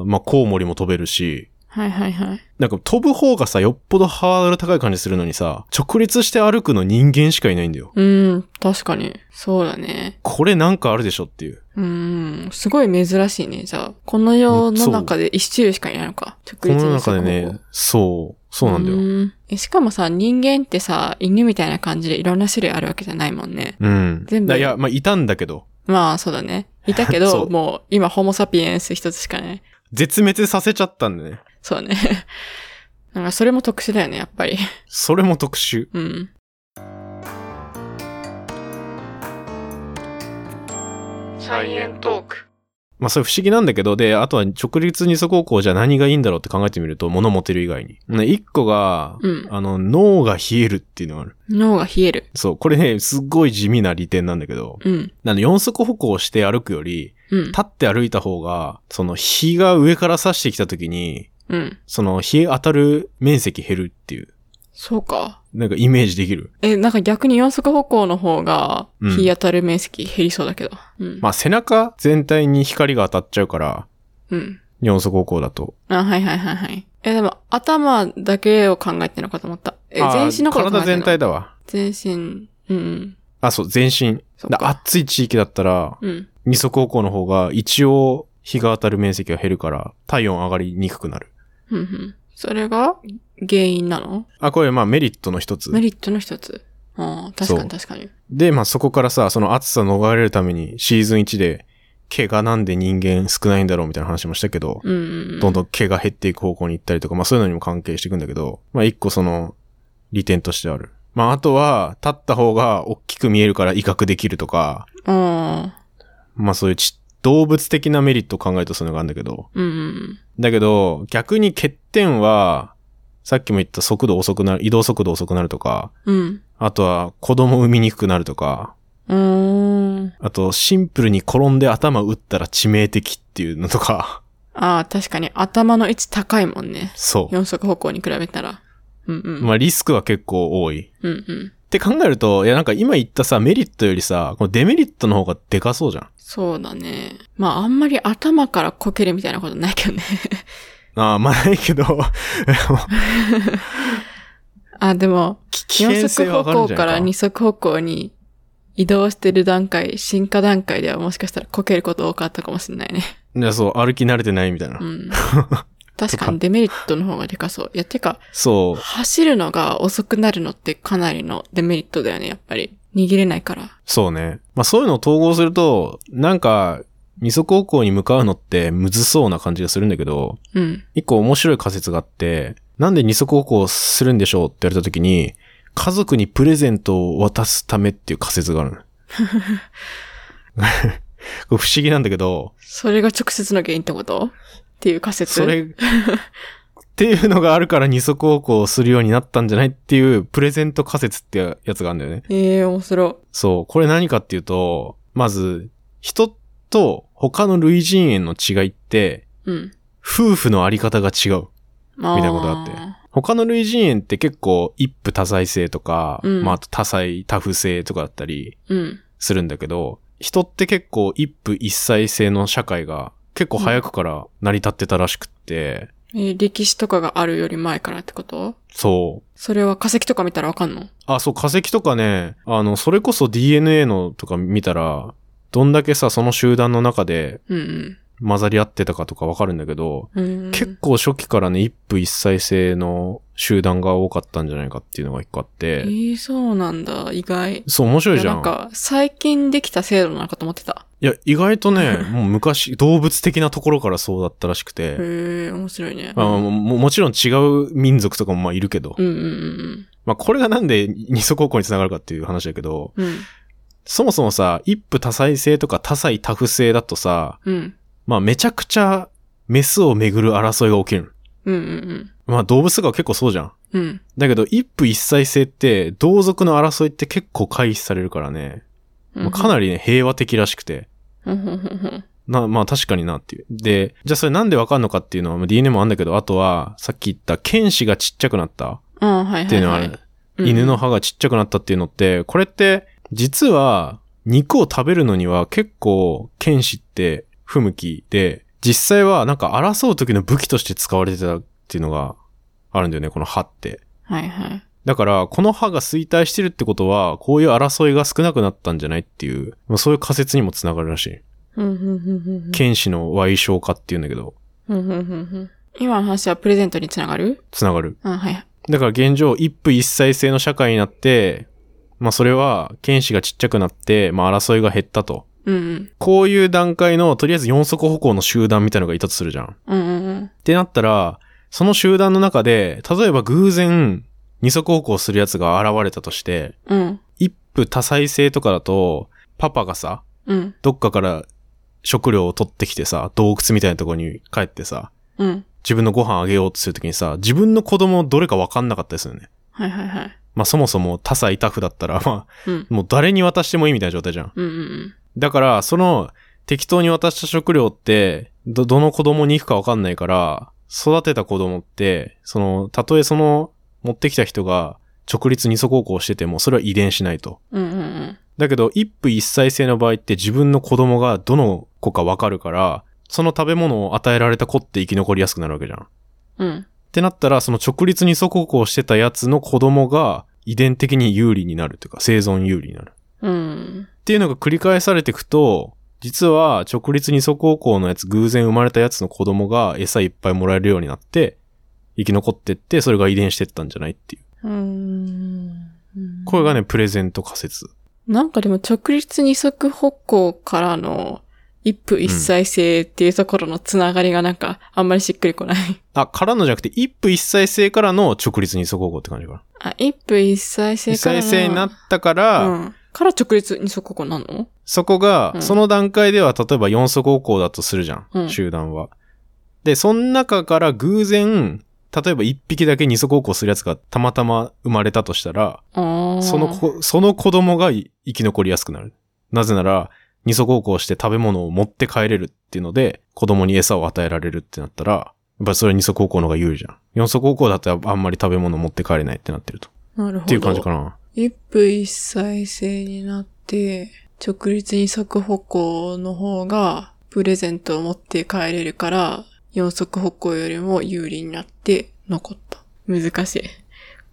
Speaker 2: まあコウモリも飛べるし、
Speaker 1: はいはいはい。
Speaker 2: なんか飛ぶ方がさ、よっぽどハードル高い感じするのにさ、直立して歩くの人間しかいないんだよ。
Speaker 1: うん、確かに。そうだね。
Speaker 2: これなんかあるでしょっていう。
Speaker 1: うん、すごい珍しいね。じゃあ、この世の中で一種類しかいないのか。
Speaker 2: こ
Speaker 1: 直立
Speaker 2: の
Speaker 1: に
Speaker 2: 中で
Speaker 1: そこ
Speaker 2: ね、そう、そうなんだよ。
Speaker 1: よ。えしかもさ、人間ってさ、犬みたいな感じでいろんな種類あるわけじゃないもんね。
Speaker 2: うん。
Speaker 1: 全部
Speaker 2: だいや、まあ、いたんだけど、
Speaker 1: まあ、そうだね。いたけ
Speaker 2: [LAUGHS] そ
Speaker 1: ど、
Speaker 2: う
Speaker 1: もう今ホモサピエンス一つしかね。
Speaker 2: 絶滅させちゃったんだね。
Speaker 1: そうね。 [LAUGHS] なんかそれも特殊だよね、やっぱり。
Speaker 2: それも特殊。
Speaker 1: うん。サイエントーク。
Speaker 2: まあ、それ不思議なんだけど、で、あとは直立二足歩行じゃ何がいいんだろうって考えてみると、物持てる以外に。ね、一個が、
Speaker 1: うん。
Speaker 2: あの、脳が冷えるっていうのがある。
Speaker 1: 脳が冷える。
Speaker 2: そう、これね、すっごい地味な利点なんだけど、
Speaker 1: うん。
Speaker 2: あの、四足歩行して歩くより、
Speaker 1: うん。
Speaker 2: 立って歩いた方が、その日が上から差してきた時に、
Speaker 1: うん。
Speaker 2: その日当たる面積減るっていう、
Speaker 1: そうか。
Speaker 2: なんかイメージできる。
Speaker 1: え、なんか逆に四足歩行の方が、
Speaker 2: うん
Speaker 1: 日当たる面積減りそうだけど。うん。
Speaker 2: まあ背中全体に光が当たっちゃうから、
Speaker 1: うん。
Speaker 2: 四足歩行だと。
Speaker 1: あ、はいはいはいはい。え、でも、頭だけを考えてるのかと思った。え、
Speaker 2: あ
Speaker 1: 全
Speaker 2: ー
Speaker 1: 身のこと考え
Speaker 2: 体
Speaker 1: てる
Speaker 2: 全
Speaker 1: の
Speaker 2: 体だわ。
Speaker 1: 全身。うんうん。
Speaker 2: あ、そう、全身。
Speaker 1: そっ
Speaker 2: だ
Speaker 1: か。
Speaker 2: 暑い地域だったら、
Speaker 1: うん。
Speaker 2: 二足歩行の方が一応日が当たる面積が減るから、体温上がりにくくなる。
Speaker 1: うんうん。それが原因なの
Speaker 2: あ、これまあメリットの一つ
Speaker 1: メ。リットの一つ。ああ、確か
Speaker 2: そう
Speaker 1: に確かに。
Speaker 2: で、まあそこからさ、その暑さ逃れるためにシーズン1で、毛がなんで人間少ないんだろうみたいな話もしたけど、
Speaker 1: うんうんうん。
Speaker 2: どんどん毛が減っていく方向に行ったりとか、まあそういうのにも関係していくんだけど、まあ一個その利点としてある。まああとは、立った方が大きく見えるから威嚇できるとか、
Speaker 1: ああ、
Speaker 2: まあそういうち動物的なメリットを考えるとそういうのがあるんだけど、
Speaker 1: うんうん
Speaker 2: だけど、逆に欠点は、さっきも言った速度遅くなる、移動速度遅くなるとか、
Speaker 1: うん。
Speaker 2: あとは子供産みにくくなるとか、
Speaker 1: うん。うーん。
Speaker 2: あとシンプルに転んで頭打ったら致命的っていうのとか、 [LAUGHS]
Speaker 1: ああ、確かに頭の位置高いもんね。
Speaker 2: そう。
Speaker 1: 四足歩行に比べたら。うんうん。
Speaker 2: まあリスクは結構多い。
Speaker 1: うんうん。
Speaker 2: って考えると、いやなんか今言ったさ、メリットよりさ、このデメリットの方がでかそうじゃん。
Speaker 1: そうだね。まあ、あんまり頭からこけるみたいなことないけどね。 [LAUGHS]
Speaker 2: ああ、まあないけど、
Speaker 1: あ、でも、
Speaker 2: き危
Speaker 1: 四
Speaker 2: 険性
Speaker 1: 足
Speaker 2: は
Speaker 1: 歩
Speaker 2: 上がるん
Speaker 1: 行
Speaker 2: じゃ
Speaker 1: か
Speaker 2: な
Speaker 1: ら
Speaker 2: いか
Speaker 1: 二足歩行に移動してる段階、進化段階ではもしかしたらこけること多かったかもしれないね。
Speaker 2: いや、そう、歩き慣れてないみたいな。 [LAUGHS]
Speaker 1: うん。確かにデメリットの方がでかそう。いや、てか、
Speaker 2: そう、
Speaker 1: 走るのが遅くなるのってかなりのデメリットだよね、やっぱり。逃げれないから。
Speaker 2: そうね。まあそういうのを統合すると、なんか、二足歩行に向かうのってむずそうな感じがするんだけど、
Speaker 1: うん。
Speaker 2: 一個面白い仮説があって、なんで二足歩行するんでしょうって言われた時に、家族にプレゼントを渡すためっていう仮説があるの。これ不思議なんだけど、
Speaker 1: それが直接の原因ってことっていう仮説。
Speaker 2: それ、っていうのがあるから二足歩行をするようになったんじゃないっていうプレゼント仮説ってやつがあるんだよね。
Speaker 1: ええ面白
Speaker 2: そう。これ何かっていうと、まず、人と他の類人猿の違いって、
Speaker 1: い。うん。
Speaker 2: 夫婦のあり方が違う。
Speaker 1: あー
Speaker 2: 見たことあって他の類人猿って結構一夫多妻制とか、
Speaker 1: うん
Speaker 2: まああと多妻多夫制とかだったり
Speaker 1: うん。
Speaker 2: するんだけど、人って結構一夫一妻制の社会が結構早くから成り立ってたらしくって、
Speaker 1: えー歴史とかがあるより前からってこと
Speaker 2: そう。
Speaker 1: それは化石とか見たらわかんの
Speaker 2: あ、そう、化石とかね、あの、それこそ DNA のとか見たら、どんだけさ、その集団の中で
Speaker 1: うん
Speaker 2: 混ざり合ってたかとかわかるんだけど、
Speaker 1: うん。うん。
Speaker 2: 結構初期からね、一夫一妻制の集団が多かったんじゃないかっていうのが一個あっ
Speaker 1: え
Speaker 2: て、
Speaker 1: ーそうなんだ。意外。
Speaker 2: そう、面白いじゃ
Speaker 1: いやなん
Speaker 2: ん。
Speaker 1: か、最近できた制度なのかと思ってた。
Speaker 2: いや、意外と
Speaker 1: [LAUGHS]
Speaker 2: ね、もう昔、動物的なところからそうだったらしく
Speaker 1: へ
Speaker 2: て、
Speaker 1: え、面白いね。
Speaker 2: まあ、もももちろん違う民族とかもまあいるけど、
Speaker 1: うんうんうん
Speaker 2: まあこれがなんで二足歩行につながるかっていう話だけど、
Speaker 1: うん。うん。
Speaker 2: そもそもさ、一夫多妻制とか多妻多夫制だとさ、
Speaker 1: うん。
Speaker 2: まあめちゃくちゃメスをめぐる争いが起きる。
Speaker 1: うんうん
Speaker 2: まあ動物とかは結構そうじゃん。
Speaker 1: うん。うん。
Speaker 2: だけど一夫一妻制って同族の争いって結構回避されるからね、まあ、かなりね平和的らしくて。
Speaker 1: [LAUGHS] うんうんうん
Speaker 2: な、まあ確かになっていう。で、じゃあそれなんでわかんのかっていうのはまあ DNA もあんだけど、あとはさっき言った剣士がちっちゃくなった
Speaker 1: うん。ああ、はいはい、はい。
Speaker 2: っていうのは、犬の歯がちっちゃくなったっていうのって、これって実は肉を食べるのには結構剣士って不向きで、実際はなんか争う時の武器として使われてたっていうのがあるんだよね、この歯って。
Speaker 1: はいはい。
Speaker 2: だから、この歯が衰退してるってことは、こういう争いが少なくなったんじゃないっていう、まあそういう仮説にもつながるらしい。
Speaker 1: うん、ふんふんふんふん
Speaker 2: 剣士の歪償化っていうんだけど、
Speaker 1: ふんふんふんふん。今の話はプレゼントにつながる
Speaker 2: つながる。
Speaker 1: うん、はい。
Speaker 2: だから現状、一夫一妻制の社会になって、まあそれは、剣士がちっちゃくなって、まあ争いが減ったと。
Speaker 1: うんうん。
Speaker 2: こういう段階の、とりあえず四足歩行の集団みたいなのがいたとするじゃん。っ
Speaker 1: うんうんうん。
Speaker 2: てなったら、その集団の中で、例えば偶然、二足歩行するやつが現れたとして、
Speaker 1: うん。
Speaker 2: 一夫多妻制とかだと、パパがさ、
Speaker 1: うん。
Speaker 2: どっかから食料を取ってきてさ、洞窟みたいなところに帰ってさ、
Speaker 1: うん。
Speaker 2: 自分のご飯あげようとするときにさ、自分の子供どれかわかんなかったですよね。
Speaker 1: はいはいはい。
Speaker 2: まあそもそも多妻多夫だったら、まあ、
Speaker 1: うん。
Speaker 2: もう誰に渡してもいいみたいな状態じゃん。
Speaker 1: うんうん
Speaker 2: だから、その、適当に渡した食料って、ど、どの子供に行くかわかんないから、育てた子供って、その、たとえその、持ってきた人が直立二足歩行してても、それは遺伝しないと。
Speaker 1: うん。うんうんうん。
Speaker 2: だけど、一夫一妻制の場合って自分の子供がどの子かわかるから、その食べ物を与えられた子って生き残りやすくなるわけじゃん。
Speaker 1: うん。
Speaker 2: ってなったら、その直立二足歩行してたやつの子供が遺伝的に有利になるというか、生存有利になる。
Speaker 1: うん。
Speaker 2: っていうのが繰り返されていくと、実は直立二足歩行のやつ、偶然生まれたやつの子供が餌いっぱいもらえるようになって、生き残ってって、それが遺伝してったんじゃないっていう。
Speaker 1: うん。
Speaker 2: これがね、プレゼント仮説。
Speaker 1: なんかでも直立二足歩行からの一夫一妻制っていうところのつながりがなんかあんまりしっくりこない。
Speaker 2: あ、からのじゃなくて、一夫一妻制からの直立二足歩行って感じかな。
Speaker 1: あ、一夫一妻制
Speaker 2: 一
Speaker 1: からの。
Speaker 2: 妻制になったから、
Speaker 1: うん。から直立二足歩行なの
Speaker 2: そこが、
Speaker 1: うん
Speaker 2: その段階では例えば4足歩行だとするじゃん、
Speaker 1: うん
Speaker 2: 集団は。で、その中から偶然、例えば1匹だけ2足歩行するやつがたまたま生まれたとしたら、
Speaker 1: ああ。
Speaker 2: その子、その子供がい生き残りやすくなる。なぜなら、二足歩行して食べ物を持って帰れるっていうので、子供に餌を与えられるってなったら、やっぱりそれは二足歩行の方が有利じゃん。四足歩行だったらあんまり食べ物持って帰れないってなってると。
Speaker 1: なるほど。
Speaker 2: っていう感じかな。
Speaker 1: 一夫一妻制になって、直立二足歩行の方がプレゼントを持って帰れるから、四足歩行よりも有利になって残った。難しい。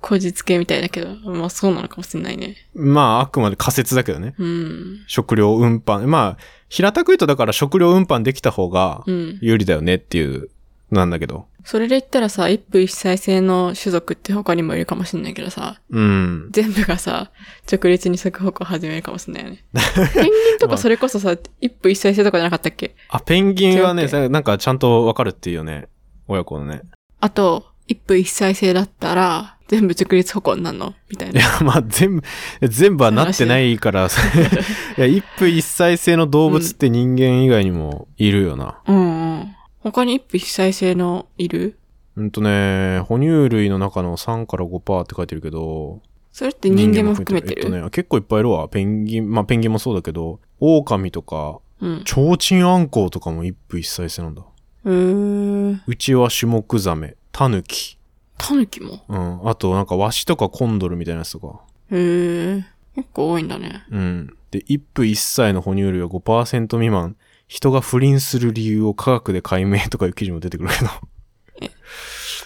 Speaker 1: 口実系みたいだけど、まあそうなのかもしれないね。
Speaker 2: まあ、あくまで仮説だけどね。
Speaker 1: うん。
Speaker 2: 食料運搬。まあ、平たく言うとだから食料運搬できた方が
Speaker 1: うん。
Speaker 2: 有利だよねっていう、なんだけど。
Speaker 1: それで言ったらさ、一夫一妻制の種族って他にもいるかもしれないけどさ、
Speaker 2: うん。
Speaker 1: 全部がさ、直立二足歩行始めるかもしれないよ
Speaker 2: [LAUGHS]
Speaker 1: ね。ペンギンとかそれこそさ、一夫一妻制とかじゃなかったっけ
Speaker 2: あ、ペンギンはね、
Speaker 1: 違う
Speaker 2: なんかちゃんとわかるっていうよね。親子のね。 [LAUGHS]
Speaker 1: あと、一夫一妻制だったら、全部直立歩行になるのみたい
Speaker 2: いや
Speaker 1: な。、
Speaker 2: まあ、全部、全部はなってないから、 [LAUGHS] いや、一夫一妻制の動物って人間以外にもいるよな。
Speaker 1: うんうん。他に一夫一妻制のいる
Speaker 2: うんとね、哺乳類の中の3から5%って書いてるけど、
Speaker 1: それって人間も含めてる。
Speaker 2: えっとね、結構いっぱいいるわ。ペンギン、まあ、ペンギンもそうだけど、狼とか、
Speaker 1: うん。
Speaker 2: 提灯アンコウとかも一夫一妻制なんだ。
Speaker 1: うーん。
Speaker 2: うちはシュモクザメ、タヌキ、
Speaker 1: タヌキも。
Speaker 2: うん、あとなんかワシとかコンドルみたいなやつとか。
Speaker 1: へー。結構多いんだね。
Speaker 2: うん。で、一夫一妻の哺乳類は5%未満。人が不倫する理由を科学で解明とかいう記事も出てくるけど。 [LAUGHS]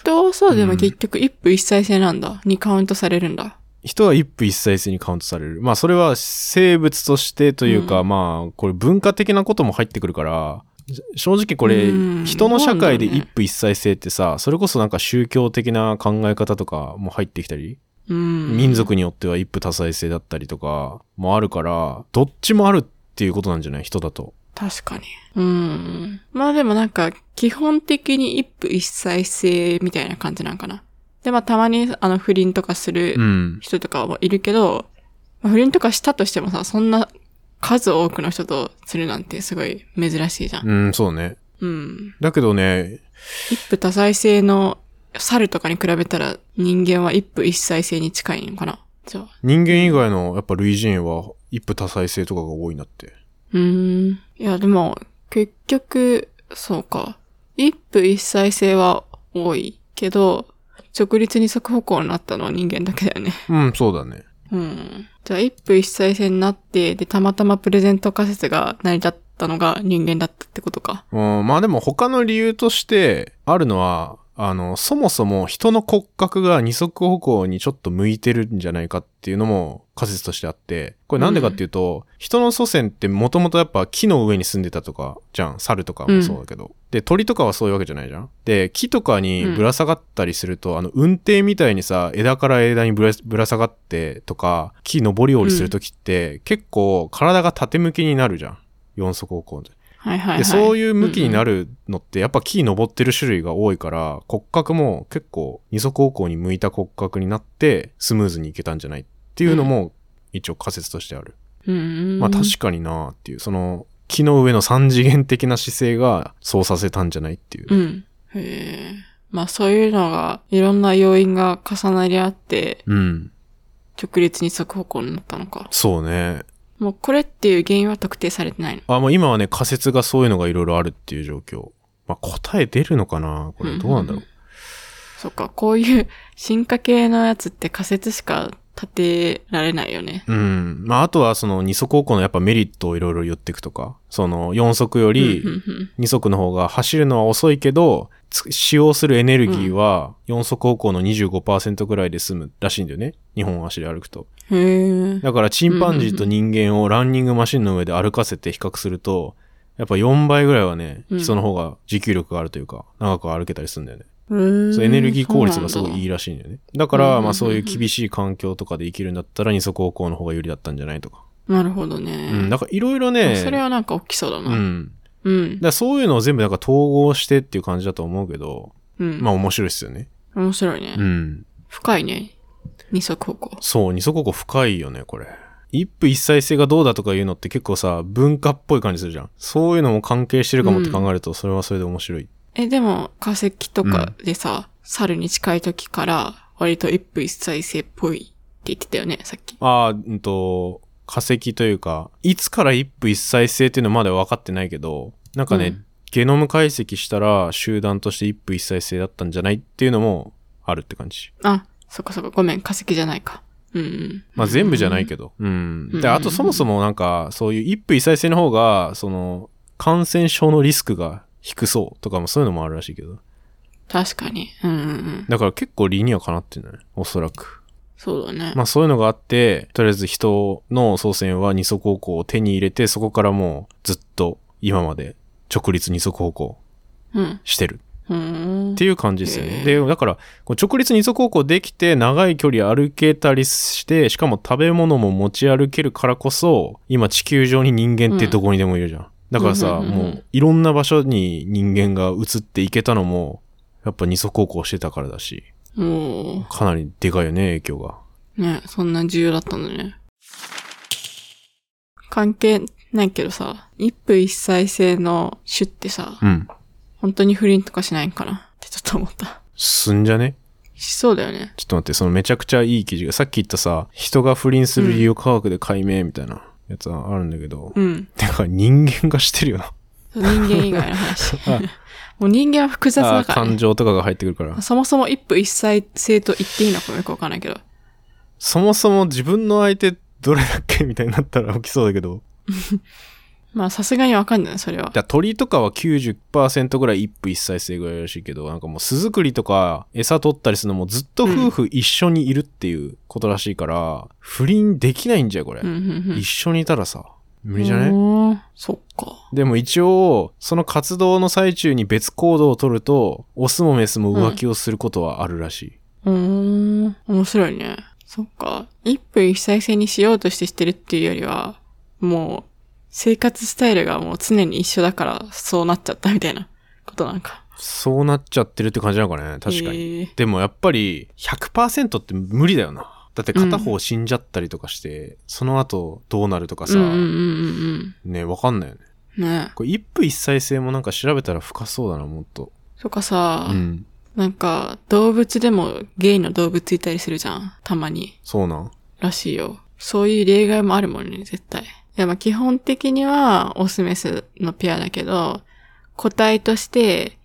Speaker 1: 人はさ、で
Speaker 2: う
Speaker 1: も
Speaker 2: ん
Speaker 1: 結局一夫一妻制なんだ。にカウントされるんだ。
Speaker 2: 人は一夫一妻制にカウントされる。まあそれは生物としてというか、
Speaker 1: う
Speaker 2: まあこれ文化的なことも入ってくるから、じ正直これ
Speaker 1: うん
Speaker 2: 人の社会で
Speaker 1: そ
Speaker 2: 一
Speaker 1: うなんだよね
Speaker 2: 夫一妻制ってさ、それこそなんか宗教的な考え方とかも入ってきたり、
Speaker 1: うん。
Speaker 2: 民。族によっては一夫多妻制だったりとかもあるから、どっちもあるっていうことなんじゃない人だと。
Speaker 1: 確かに。うん。まあでもなんか、基本的に一夫一妻制みたいな感じなんかな。で、まあたまに、あの、不倫とかする
Speaker 2: うん。
Speaker 1: 人とかもいるけど、まあ不倫とかしたとしてもさ、そんな数多くの人とするなんてすごい珍しいじゃん。
Speaker 2: うん、そうね。
Speaker 1: うん。
Speaker 2: だけどね、
Speaker 1: 一夫多妻制の猿とかに比べたら人間は一夫一妻制に近いのかな。じゃあ。
Speaker 2: 人間以外のやっぱ類人は一夫多妻制とかが多いなって。
Speaker 1: うーん。いや、でも、結局、そうか。一夫一妻制は多いけど、直立二足歩行になったのは人間だけだよね。
Speaker 2: うん、そうだね。
Speaker 1: うん。じゃあ、一夫一妻制になって、で、たまたまプレゼント仮説が成り立ったのが人間だったってことか。
Speaker 2: うん、まあでも他の理由としてあるのは、ああの、そもそも人の骨格が二足歩行にちょっと向いてるんじゃないかっていうのも仮説としてあって、これなんでかっていうと、人の祖先ってもともとやっぱ木の上に住んでたとかじゃん。猿とかもそうだけど。で、鳥とかはそういうわけじゃないじゃん。で、木とかにぶら下がったりすると、あの、運転みたいにさ、枝から枝にぶらぶら下がってとか、木登り降りするときって、結構体が縦向きになるじゃん。四足歩行で。
Speaker 1: はいはい、はい。
Speaker 2: で、そういう向きにな
Speaker 1: る。
Speaker 2: るのって、やっぱ木登ってる種類が多いから、骨格も結構二足方向に向いた骨格になって、スムーズにいけたんじゃないっていうのも、一応仮説としてある。
Speaker 1: うんうんうん
Speaker 2: まあ確かになーっていう、その、木の上の三次元的な姿勢がそうさせたんじゃないっていう。
Speaker 1: うん。へえ。まあそういうのが、いろんな要因が重なり合って、
Speaker 2: うん。
Speaker 1: 直立二足歩行になったのか。
Speaker 2: そうね。
Speaker 1: もうこれっていう原因は特定されてないの。
Speaker 2: あ、もう今はね、仮説がそういうのがいろいろあるっていう状況。まあ答え出るのかなこれどうなんだろう。
Speaker 1: そっか、こういう進化系のやつって仮説しか立てられないよね。
Speaker 2: うん。まああとはその二足歩行のやっぱメリットをいろいろ言っていくとか、その四足より
Speaker 1: うんうん
Speaker 2: 二足の方が走るのは遅いけど、つ使用するエネルギーは四足歩行の25%ぐらいで済むらしいんだよね。日本足で歩くと。
Speaker 1: うんへえ。
Speaker 2: だからチンパンジーと人間をランニングマシンの上で歩かせて比較すると、やっぱ4倍ぐらいはね、
Speaker 1: うん
Speaker 2: 人の方が持久力があるというか、長く歩けたりするんだよね。そう
Speaker 1: エ
Speaker 2: エネルギー効率がすごいいい
Speaker 1: い。
Speaker 2: らしいんだよね。だから、
Speaker 1: うん
Speaker 2: まあそういう厳しい環境とかで生きるんだったら二足歩行の方が有利だったんじゃないとか。
Speaker 1: なるほどね。
Speaker 2: うん、だからいろいろね、
Speaker 1: それはなんか起きそうだ
Speaker 2: う
Speaker 1: な。
Speaker 2: ん。
Speaker 1: うん
Speaker 2: だか。らそういうのを全部なんか統合してっていう感じだと思うけど、
Speaker 1: うん。
Speaker 2: まあ面白いですよね。
Speaker 1: 面白いね
Speaker 2: う。ん。
Speaker 1: 深いね。二足歩行。
Speaker 2: そう、二足歩行深いよね、これ。一夫一妻制がどうだとかいうのって結構さ、文化っぽい感じするじゃん。そういうのも関係してるかもって考えると、それはそれで面白い。
Speaker 1: え、でも、化石とかでさ、猿に近い時から、割と一夫一妻制っぽいって言ってたよね、さっき。
Speaker 2: ああ、うんと、化石というか、いつから一夫一妻制っていうのはまだ分かってないけど、なんかね、
Speaker 1: うん
Speaker 2: ゲノム解析したら集団として一夫一妻制だったんじゃないっていうのもあるって感じ。
Speaker 1: あ、そっかそっか、ごめん、化石じゃないか。うんうん。
Speaker 2: まあ全部じゃない
Speaker 1: ど。
Speaker 2: けど。うん。
Speaker 1: うん
Speaker 2: で、あとそもそもなんか、そういう一夫一妻制の方が、その、感染症のリスクが低そうとかもそういうのもあるらしいけど。
Speaker 1: 確かに。うんうんうん。
Speaker 2: だから結構理にはかなってんだね。おそらく。
Speaker 1: そうだね。
Speaker 2: まあそういうのがあって、とりあえず人の祖先は二足歩行を手に入れて、そこからもうずっと今まで直立二足歩行
Speaker 1: うん。
Speaker 2: してる
Speaker 1: うーん
Speaker 2: って。いう感じですよね。
Speaker 1: へ
Speaker 2: で、だから、こう直立二足歩行できて、長い距離歩けたりして、しかも食べ物も持ち歩けるからこそ、今地球上に人間ってどこにでもいるじゃん。だからさ、
Speaker 1: うんうんうんうん
Speaker 2: もういろんな場所に人間が移っていけたのも、やっぱ二足歩行してたからだし、
Speaker 1: も
Speaker 2: かなりでかいよね、影響が。
Speaker 1: う、ね、そんな重要だったんだね。関係ないけどさ、一夫一妻制の種ってさ、
Speaker 2: うん。
Speaker 1: 本当に不倫とかしないんかなってちょっと思った。
Speaker 2: すんじゃね
Speaker 1: しそうだよね。
Speaker 2: ちょっと待って、そのめちゃくちゃいい記事が、さっき言ったさ、人が不倫する理由を科学で解明みたいなやつはあるんだけ [LAUGHS] ど、
Speaker 1: うん。
Speaker 2: てか人間がしてるよな。
Speaker 1: 人間以外の話
Speaker 2: [LAUGHS] あ。
Speaker 1: もう人間は複雑
Speaker 2: あ
Speaker 1: だ
Speaker 2: ー
Speaker 1: から、
Speaker 2: 感
Speaker 1: ね。
Speaker 2: 情とかが入ってくるから。
Speaker 1: そもそも一夫一妻制と言っていいのかもよくわかんないけど。
Speaker 2: そもそも自分の相手どれだっけみたいになったら起きそうだけど。
Speaker 1: まあさすがにわかんない、それは
Speaker 2: [LAUGHS] だ。から鳥とかは90%ぐらい一夫一妻制ぐらいらしいけど、なんかもう巣作りとか餌取ったりするのもずっと夫婦一緒にいるっていうことらしいから、不倫できないんじゃこれ、
Speaker 1: うんうんうん。
Speaker 2: 一緒にいたらさ、無理じゃね、
Speaker 1: おーそっか。
Speaker 2: でも一応、その活動の最中に別行動を取ると、オスもメスも浮気をすることはあるらしい。
Speaker 1: うーん。面白いね。そっか。一夫一妻制にしようとしてしてるっていうよりは、もう、生活スタイルがもう常に一緒だから、そうなっちゃったみたいなことなんか。
Speaker 2: そうなっちゃってるって感じなのかね、確かに。
Speaker 1: へー
Speaker 2: でもやっぱり100%って無理だよな。だって片方死んじゃったりとかして、その後どうなるとかさ、
Speaker 1: うんうんうんうん
Speaker 2: ね、わかんないよね。
Speaker 1: うん。ね
Speaker 2: これ一夫一妻制もなんか調べたら深そうだな、もっと。
Speaker 1: そっかさ、
Speaker 2: うん。
Speaker 1: なんか、動物でもゲイの動物いたりするじゃん。たまに。
Speaker 2: そうなん。
Speaker 1: らしいよ。そういう例外もあるもんね、絶対。いや、まあ基本的にはオスメスのペアだけど、個体として、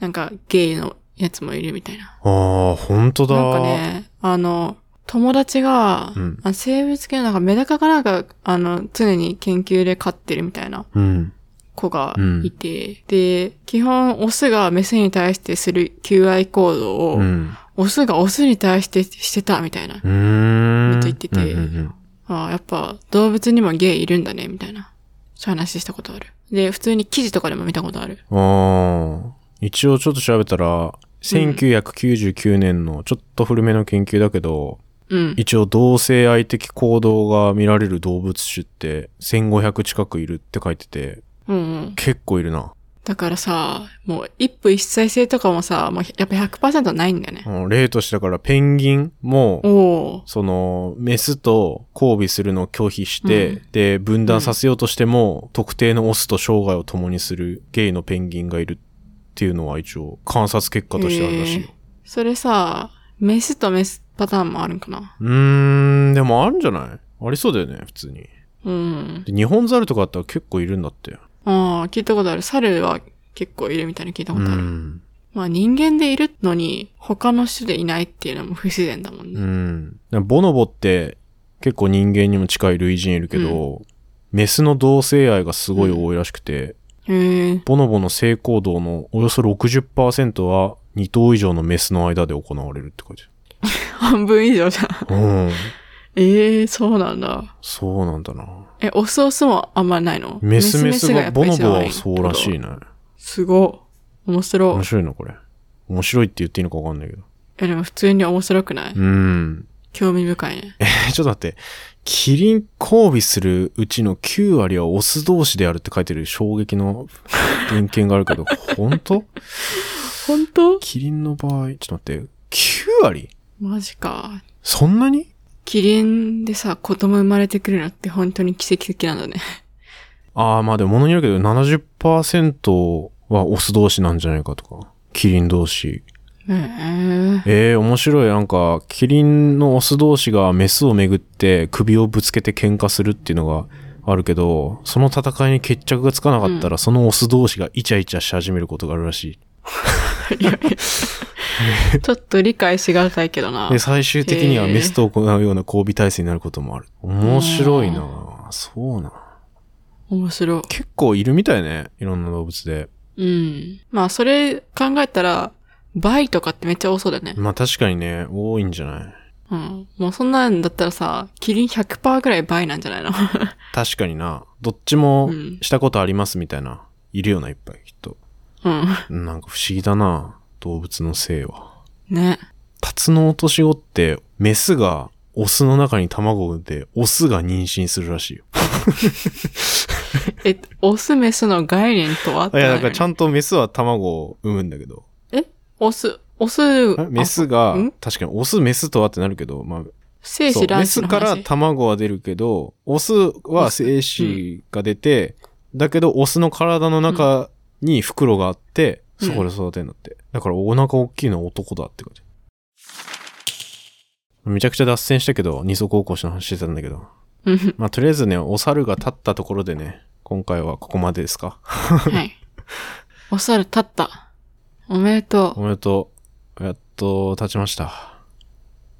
Speaker 1: なんかゲイのやつもいるみたいな。
Speaker 2: あー、ほんとだ。
Speaker 1: なんかね、あの、友達が、
Speaker 2: うん
Speaker 1: あ生物系のなんかメダカかなんか、あの、常に研究で飼ってるみたいな
Speaker 2: うん。
Speaker 1: 子がいて、で、基本オスがメスに対してする求愛行動を、
Speaker 2: うん。
Speaker 1: オスがオスに対してしてたみたいな。
Speaker 2: うーん。
Speaker 1: めっちゃ言ってて
Speaker 2: うんうんうん
Speaker 1: ああ、やっぱ動物にもゲイいるんだね、みたいな。そういう話したことある。で、普通に記事とかでも見たことある。
Speaker 2: ああ。一応ちょっと調べたら、1999年のちょっと古めの研究だけど、
Speaker 1: うん。
Speaker 2: 一応同性愛的行動が見られる動物種って1500近くいるって書いてて、
Speaker 1: うんうん。
Speaker 2: 結構いるな。
Speaker 1: だからさ、もう一夫一妻制とかもさ、もうやっぱ100%ないんだよね
Speaker 2: あ。の例としてだからペンギンも、
Speaker 1: おー。
Speaker 2: その、メスと交尾するのを拒否して、
Speaker 1: うん
Speaker 2: で、分断させようとしても、特定のオスと生涯を共にするゲイのペンギンがいるっていうのは一応観察結果としてあるらしいよ。
Speaker 1: それさ、メスとメスパターンもあるんかな。
Speaker 2: うーん、でもあるんじゃないありそうだよね、普通に。
Speaker 1: うん。
Speaker 2: で、日本猿とかだったら結構いるんだって。
Speaker 1: ああ、聞いたことある。猿は結構いるみたいな聞いたことある。
Speaker 2: ん。
Speaker 1: まあ人間でいるのに、他の種でいないっていうのも不自然だもん
Speaker 2: う
Speaker 1: ね。
Speaker 2: ん。でもボノボって結構人間にも近い類人いるけど、メスの同性愛がすごい多いらしくて、
Speaker 1: へえ。
Speaker 2: ボノボの性行動のおよそ60%は2頭以上のメスの間で行われるって書いて
Speaker 1: 半分以上じゃん。
Speaker 2: ある。うん。
Speaker 1: ええそうなんだ。
Speaker 2: そうなんだな。
Speaker 1: え、オスオスもあんまないの
Speaker 2: メスメスが、ボノボはそうらしい
Speaker 1: な。
Speaker 2: ね。
Speaker 1: すごい。面白
Speaker 2: 面
Speaker 1: い。
Speaker 2: 白いな、これ。面白いって言っていいのかわかんないけど。
Speaker 1: え、でも普通に面白くない、
Speaker 2: うん。
Speaker 1: 興味深いね。
Speaker 2: えちょっと待って。キリン交尾するうちの9割はオス同士であるって書いてる衝撃の文献があるけど、本当
Speaker 1: 本当
Speaker 2: キリンの場合、ちょっと待って、9割
Speaker 1: マジか。
Speaker 2: そんなに
Speaker 1: キリンでさ、子供生まれてくるのって本当に奇跡的なんだね。
Speaker 2: ああ、まあでも物によるけど70%はオス同士なんじゃないかとか。キリン同士。
Speaker 1: へえ
Speaker 2: ええ面白い。なんか、キリンのオス同士がメスをめぐって首をぶつけて喧嘩するっていうのがあるけど、その戦いに決着がつかなかったら、そのオス同士がイチャイチャし始めることがあるらし。
Speaker 1: ちょっと理解しがたいけどない
Speaker 2: で、。最終的には
Speaker 1: へえ
Speaker 2: メスと行うような交尾体制になることもある。面白いなそうな
Speaker 1: 面白
Speaker 2: 結構いるみたいね。いろんな動物で。
Speaker 1: い。うん。まあ、それ考えたら、バイとかってめっちゃ多そうだよね。
Speaker 2: まあ確かにね、多いんじゃない
Speaker 1: うん。もうそんなんだったらさ、キリン100%ぐらいバイなんじゃないの [LAUGHS]
Speaker 2: 確かにな。どっちも
Speaker 1: うん
Speaker 2: したことありますみたいな。いるよな、いっぱい、きっと。
Speaker 1: うん。
Speaker 2: なんか不思議だな。動物の性は。
Speaker 1: ね。
Speaker 2: タツノオトシゴって、メスがオスの中に卵を産んで、オスが妊娠するらしいよ。
Speaker 1: え、オスメスの概念とはっ
Speaker 2: い
Speaker 1: て
Speaker 2: や、だからちゃ
Speaker 1: ん
Speaker 2: んとメスは卵を産むんだけど。
Speaker 1: オス、オス
Speaker 2: あ、メスが
Speaker 1: あん、
Speaker 2: 確かにオス、メスとはってなるけど、まあ、
Speaker 1: 精
Speaker 2: そうメ
Speaker 1: 子卵子
Speaker 2: ス
Speaker 1: の
Speaker 2: から
Speaker 1: 話。
Speaker 2: 卵は出るけど、オスは精子が出て、だけどオスの体の中に袋があって、
Speaker 1: うん
Speaker 2: そこで育てるんだって。だからお腹大きいのは男だって感じ。めちゃくちゃ脱線したけど、二足歩行しの話してたんだけど。
Speaker 1: うん
Speaker 2: まあ、とりあえずね、お猿が立ったところでね、今回はここまでですか。 [LAUGHS]
Speaker 1: はい。お猿立った。おめでと
Speaker 2: おめでとう。やっと立ちました。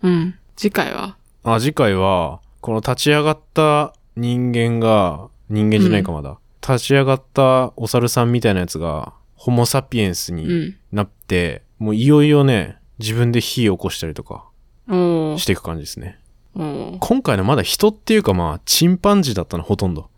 Speaker 1: う。うん。次回は
Speaker 2: あ、次回は、この立ち上がった人間が、人間じゃないかまだ、立ち上がったお猿さんみたいなやつが、ホモサピエンス
Speaker 1: う
Speaker 2: に
Speaker 1: ん。
Speaker 2: なって、もういよいよね、自分で火を起こしたりとか
Speaker 1: お
Speaker 2: し
Speaker 1: ー。
Speaker 2: ていく感じですね。
Speaker 1: おー
Speaker 2: 今回のまだ人っていうかまあ、チンパンジーだったのほとんど。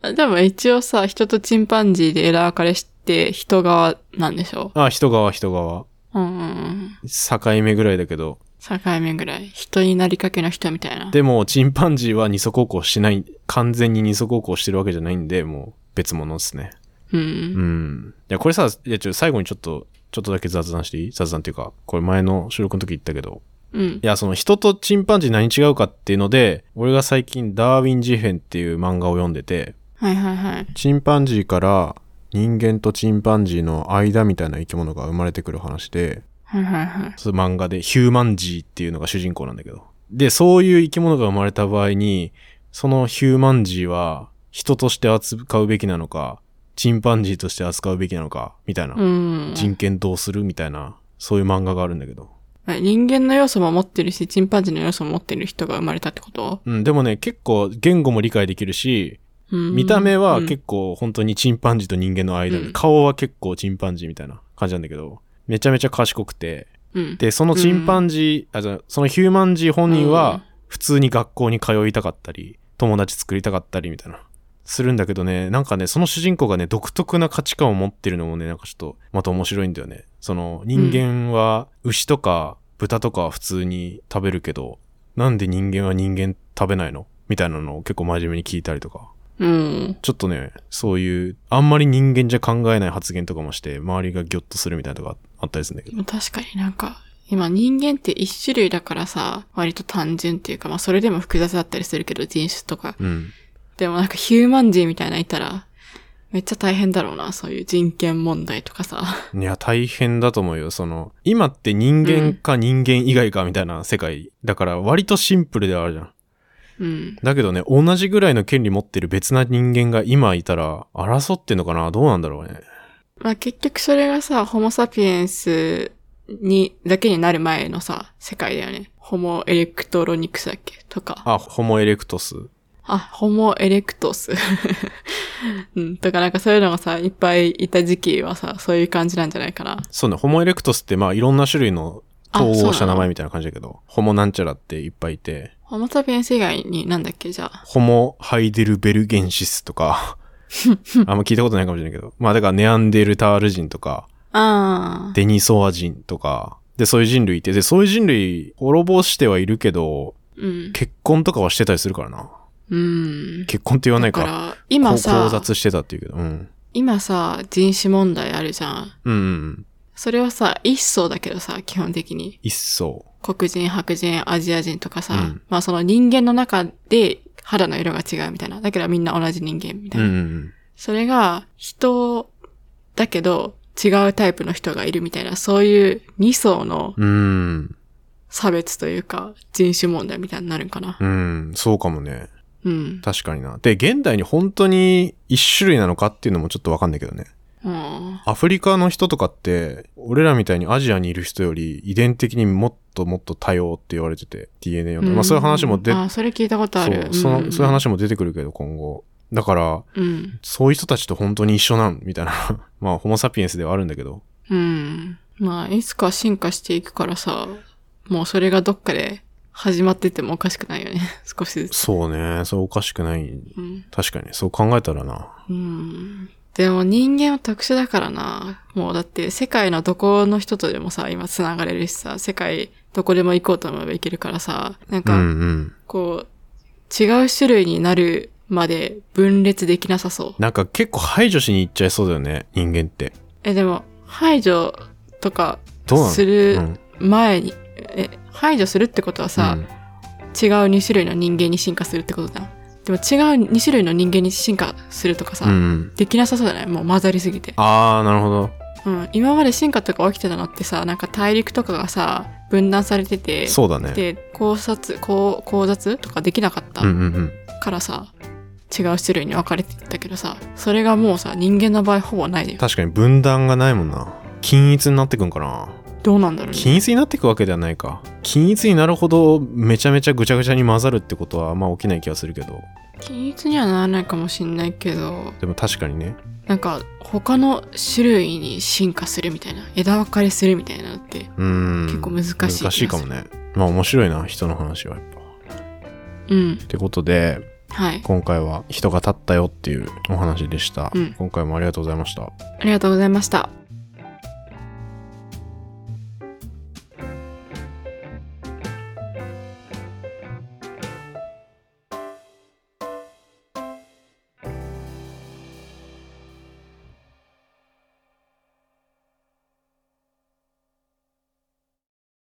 Speaker 1: あでも一応さ、人とチンパンジーで枝分かれして人側なんでしょ
Speaker 2: あ、人側人側。
Speaker 1: ううんうんうん。
Speaker 2: 境目ぐらいだけど。
Speaker 1: 境目ぐらい。人になりかけの人みたいな。
Speaker 2: でも、チンパンジーは二足歩行しない、完全に二足歩行してるわけじゃないんで、もう別物ですね。
Speaker 1: うん。
Speaker 2: うん。いや、これさ、いや、ちょ、最後にちょっと、ちょっとだけ雑談していい雑談っていうか、これ前の収録の時言ったけど。
Speaker 1: うん
Speaker 2: い。や、その人とチンパンジー何違うかっていうので、俺が最近ダーウィン事変っていう漫画を読んでて、
Speaker 1: はいはいはい。
Speaker 2: チンパンジーから人間とチンパンジーの間みたいな生き物が生まれてくる話で、
Speaker 1: はいはいはい。
Speaker 2: そういう漫画でヒューマンジーっていうのが主人公なんだけど。で、そういう生き物が生まれた場合に、そのヒューマンジーは人として扱うべきなのか、チンパンジーとして扱うべきなのか、みたいな。
Speaker 1: うん。
Speaker 2: 人権どうするみたいな、そういう漫画があるんだけど。
Speaker 1: 人間の要素も持ってるし、チンパンジーの要素も持ってる人が生まれたってこと
Speaker 2: うん、でもね、結構言語も理解できるし、見た目は
Speaker 1: 構、
Speaker 2: 結構本当にチンパンジーと人間の間
Speaker 1: う
Speaker 2: で、
Speaker 1: ん
Speaker 2: 顔は結構チンパンジーみたいな感じなんだけど、めちゃめちゃ賢くて、
Speaker 1: うん
Speaker 2: で、そのチンパンジー、あ、じゃあそのヒューマンジー本人
Speaker 1: うん
Speaker 2: は、普通に学校に通いたかったり、友達作りたかったりみたいな、するんだけどね、なんかね、その主人公がね、独特な価値観を持ってるのもね、なんかちょっと、また面白いんだよね。その、人間は牛とか豚とかは普通に食べるけど、なんで人間は人間食べないのみたいなのを結構真面目に聞いたりとか。
Speaker 1: うん。
Speaker 2: ちょっとね、そういう、あんまり人間じゃ考えない発言とかもして、周りがギョッとするみたいなのがあったりするんだけ
Speaker 1: で
Speaker 2: ど。
Speaker 1: も確かになんか、今人間って一種類だからさ、割と単純っていうか、まあそれでも複雑だったりするけど、人種とか。
Speaker 2: うん。
Speaker 1: でもなんかヒューマン人みたいなのいたら、めっちゃ大変だろうな、そういう人権問題とかさ。 [LAUGHS]
Speaker 2: いや、大変だと思うよ。その、今って人間か人間以外かみたいな世界。だから、割とシンプルではあるじゃん。
Speaker 1: うん。
Speaker 2: だけどね、同じぐらいの権利持ってる別な人間が今いたら、争ってんのかなどうなんだろうね。
Speaker 1: まあ結局それがさ、ホモサピエンスに、だけになる前のさ、世界だよね。ホモエレクトロニクスだっけとか。
Speaker 2: あ、ホモエレクトス。
Speaker 1: あ、ホモエレクトス。 [LAUGHS] うん。とかなんかそういうのがさ、いっぱいいた時期はさ、そういう感じなんじゃないかな。
Speaker 2: そうね、ホモエレクトスって、まあ、いろんな種類の
Speaker 1: あ
Speaker 2: 統合し
Speaker 1: そ
Speaker 2: た
Speaker 1: うな
Speaker 2: 名
Speaker 1: の
Speaker 2: 前みたいな感じだけど、ホモなんちゃらっていっぱいいて、
Speaker 1: ホモサピエンス以外になんだっけじゃあ。
Speaker 2: ホモ・ハイデルベルゲンシスと
Speaker 1: [LAUGHS]
Speaker 2: か、あんま聞いたことないかもしれないけど、まあだからネアンデルタール人とか、
Speaker 1: ああ。
Speaker 2: デニソワ人とか、で、そういう人類いて、で、そういう人類滅ぼしてはいるけど、
Speaker 1: うん。
Speaker 2: 結婚とかはしてたりするからな。
Speaker 1: うん。
Speaker 2: 結婚って言わない
Speaker 1: だ
Speaker 2: か、
Speaker 1: からら、
Speaker 2: こう
Speaker 1: 今
Speaker 2: 交
Speaker 1: さ、
Speaker 2: 雑してたっていうけど、うん。
Speaker 1: 今さ、人種問題あるじゃん。
Speaker 2: うんうん。
Speaker 1: それはさ、一層だけどさ、基本的に。
Speaker 2: 一層。
Speaker 1: 黒人、白人、アジア人とかさ、
Speaker 2: うん
Speaker 1: まあその人間の中で肌の色が違うみたいな。だけどみんな同じ人間みた
Speaker 2: う
Speaker 1: い
Speaker 2: ん
Speaker 1: な。
Speaker 2: うん
Speaker 1: それが人だけど違うタイプの人がいるみたいな、そういう二層の
Speaker 2: うん。うん。
Speaker 1: 差別というか人種問題みたいになるんかな。
Speaker 2: うん。そうかもね。
Speaker 1: うん。
Speaker 2: 確かにな。で、現代に本当に一種類なのかっていうのもちょっとわかんないけどね。
Speaker 1: うん。
Speaker 2: アフリカの人とかって、俺らみたいにアジアにいる人より遺伝的にもっともっと多様って言われてて、DNA を。まあそういう話も出、
Speaker 1: あ、それ聞いたことあ
Speaker 2: そ
Speaker 1: る。
Speaker 2: う、その、そういう
Speaker 1: 話。
Speaker 2: 話も出てくるけど、今後。だから、
Speaker 1: うん。
Speaker 2: そういう人たちと本当に一緒なん、みたいな。 [LAUGHS] まあ、ホモサピエンスではあるんだけど。
Speaker 1: うん。まあいつか進化していくからさ、もうそれがどっかで始まっててもおかしくないよね。 [LAUGHS] 少しずつ。
Speaker 2: そうね、そうおかしくない。
Speaker 1: うん。
Speaker 2: 確かに、そう考えたらな。
Speaker 1: うん。でも人間は特殊だからな。もうだって世界のどこの人とでもさ、今繋がれるしさ、世界どこでも行こうと思えば行けるからさ、な
Speaker 2: うんう
Speaker 1: んか、
Speaker 2: ん。
Speaker 1: こう、違う種類になるまで分裂できなさそう。
Speaker 2: なんか結構排除しに行っちゃいそうだよね、人間って。
Speaker 1: え、でも、排除とか
Speaker 2: どうなの
Speaker 1: す
Speaker 2: う
Speaker 1: る
Speaker 2: ん
Speaker 1: 前に、え、排除するってことはさ、
Speaker 2: うん
Speaker 1: 違う2種類の人間に進化するってことだよ。でも違う2種類の人間に進化するとかさ、
Speaker 2: うんうん。
Speaker 1: できなさそうじゃないもう混ざりすぎて。
Speaker 2: あー、なるほど。
Speaker 1: うん、今まで進化とか起きてたのってさなんか大陸とかがさ分断されてて
Speaker 2: そうだね。
Speaker 1: で考察こう考察とかできなかった
Speaker 2: うんうんうん。
Speaker 1: からさ、違う種類に分かれてたけどさそれがもうさ人間の場合ほぼないよ
Speaker 2: 確かに分断がないもんな均一になってくんかな
Speaker 1: どうなんだろうね
Speaker 2: 均一になってくわけではないか均一になるほどめちゃめちゃぐちゃぐちゃに混ざるってことはあんま起きない気がするけど
Speaker 1: 均一にはならないかもしんないけど
Speaker 2: でも確かにね
Speaker 1: なんか他の種類に進化するみたいな枝分かれするみたいなのって
Speaker 2: うーん
Speaker 1: 結構難しい気がする
Speaker 2: 難しいかもねまあ面白いな人の話はやっぱ
Speaker 1: うん
Speaker 2: ってことで
Speaker 1: はい
Speaker 2: 今回は人が立ったよっていうお話でした、
Speaker 1: うん
Speaker 2: 今回もありがとうございました
Speaker 1: ありがとうございました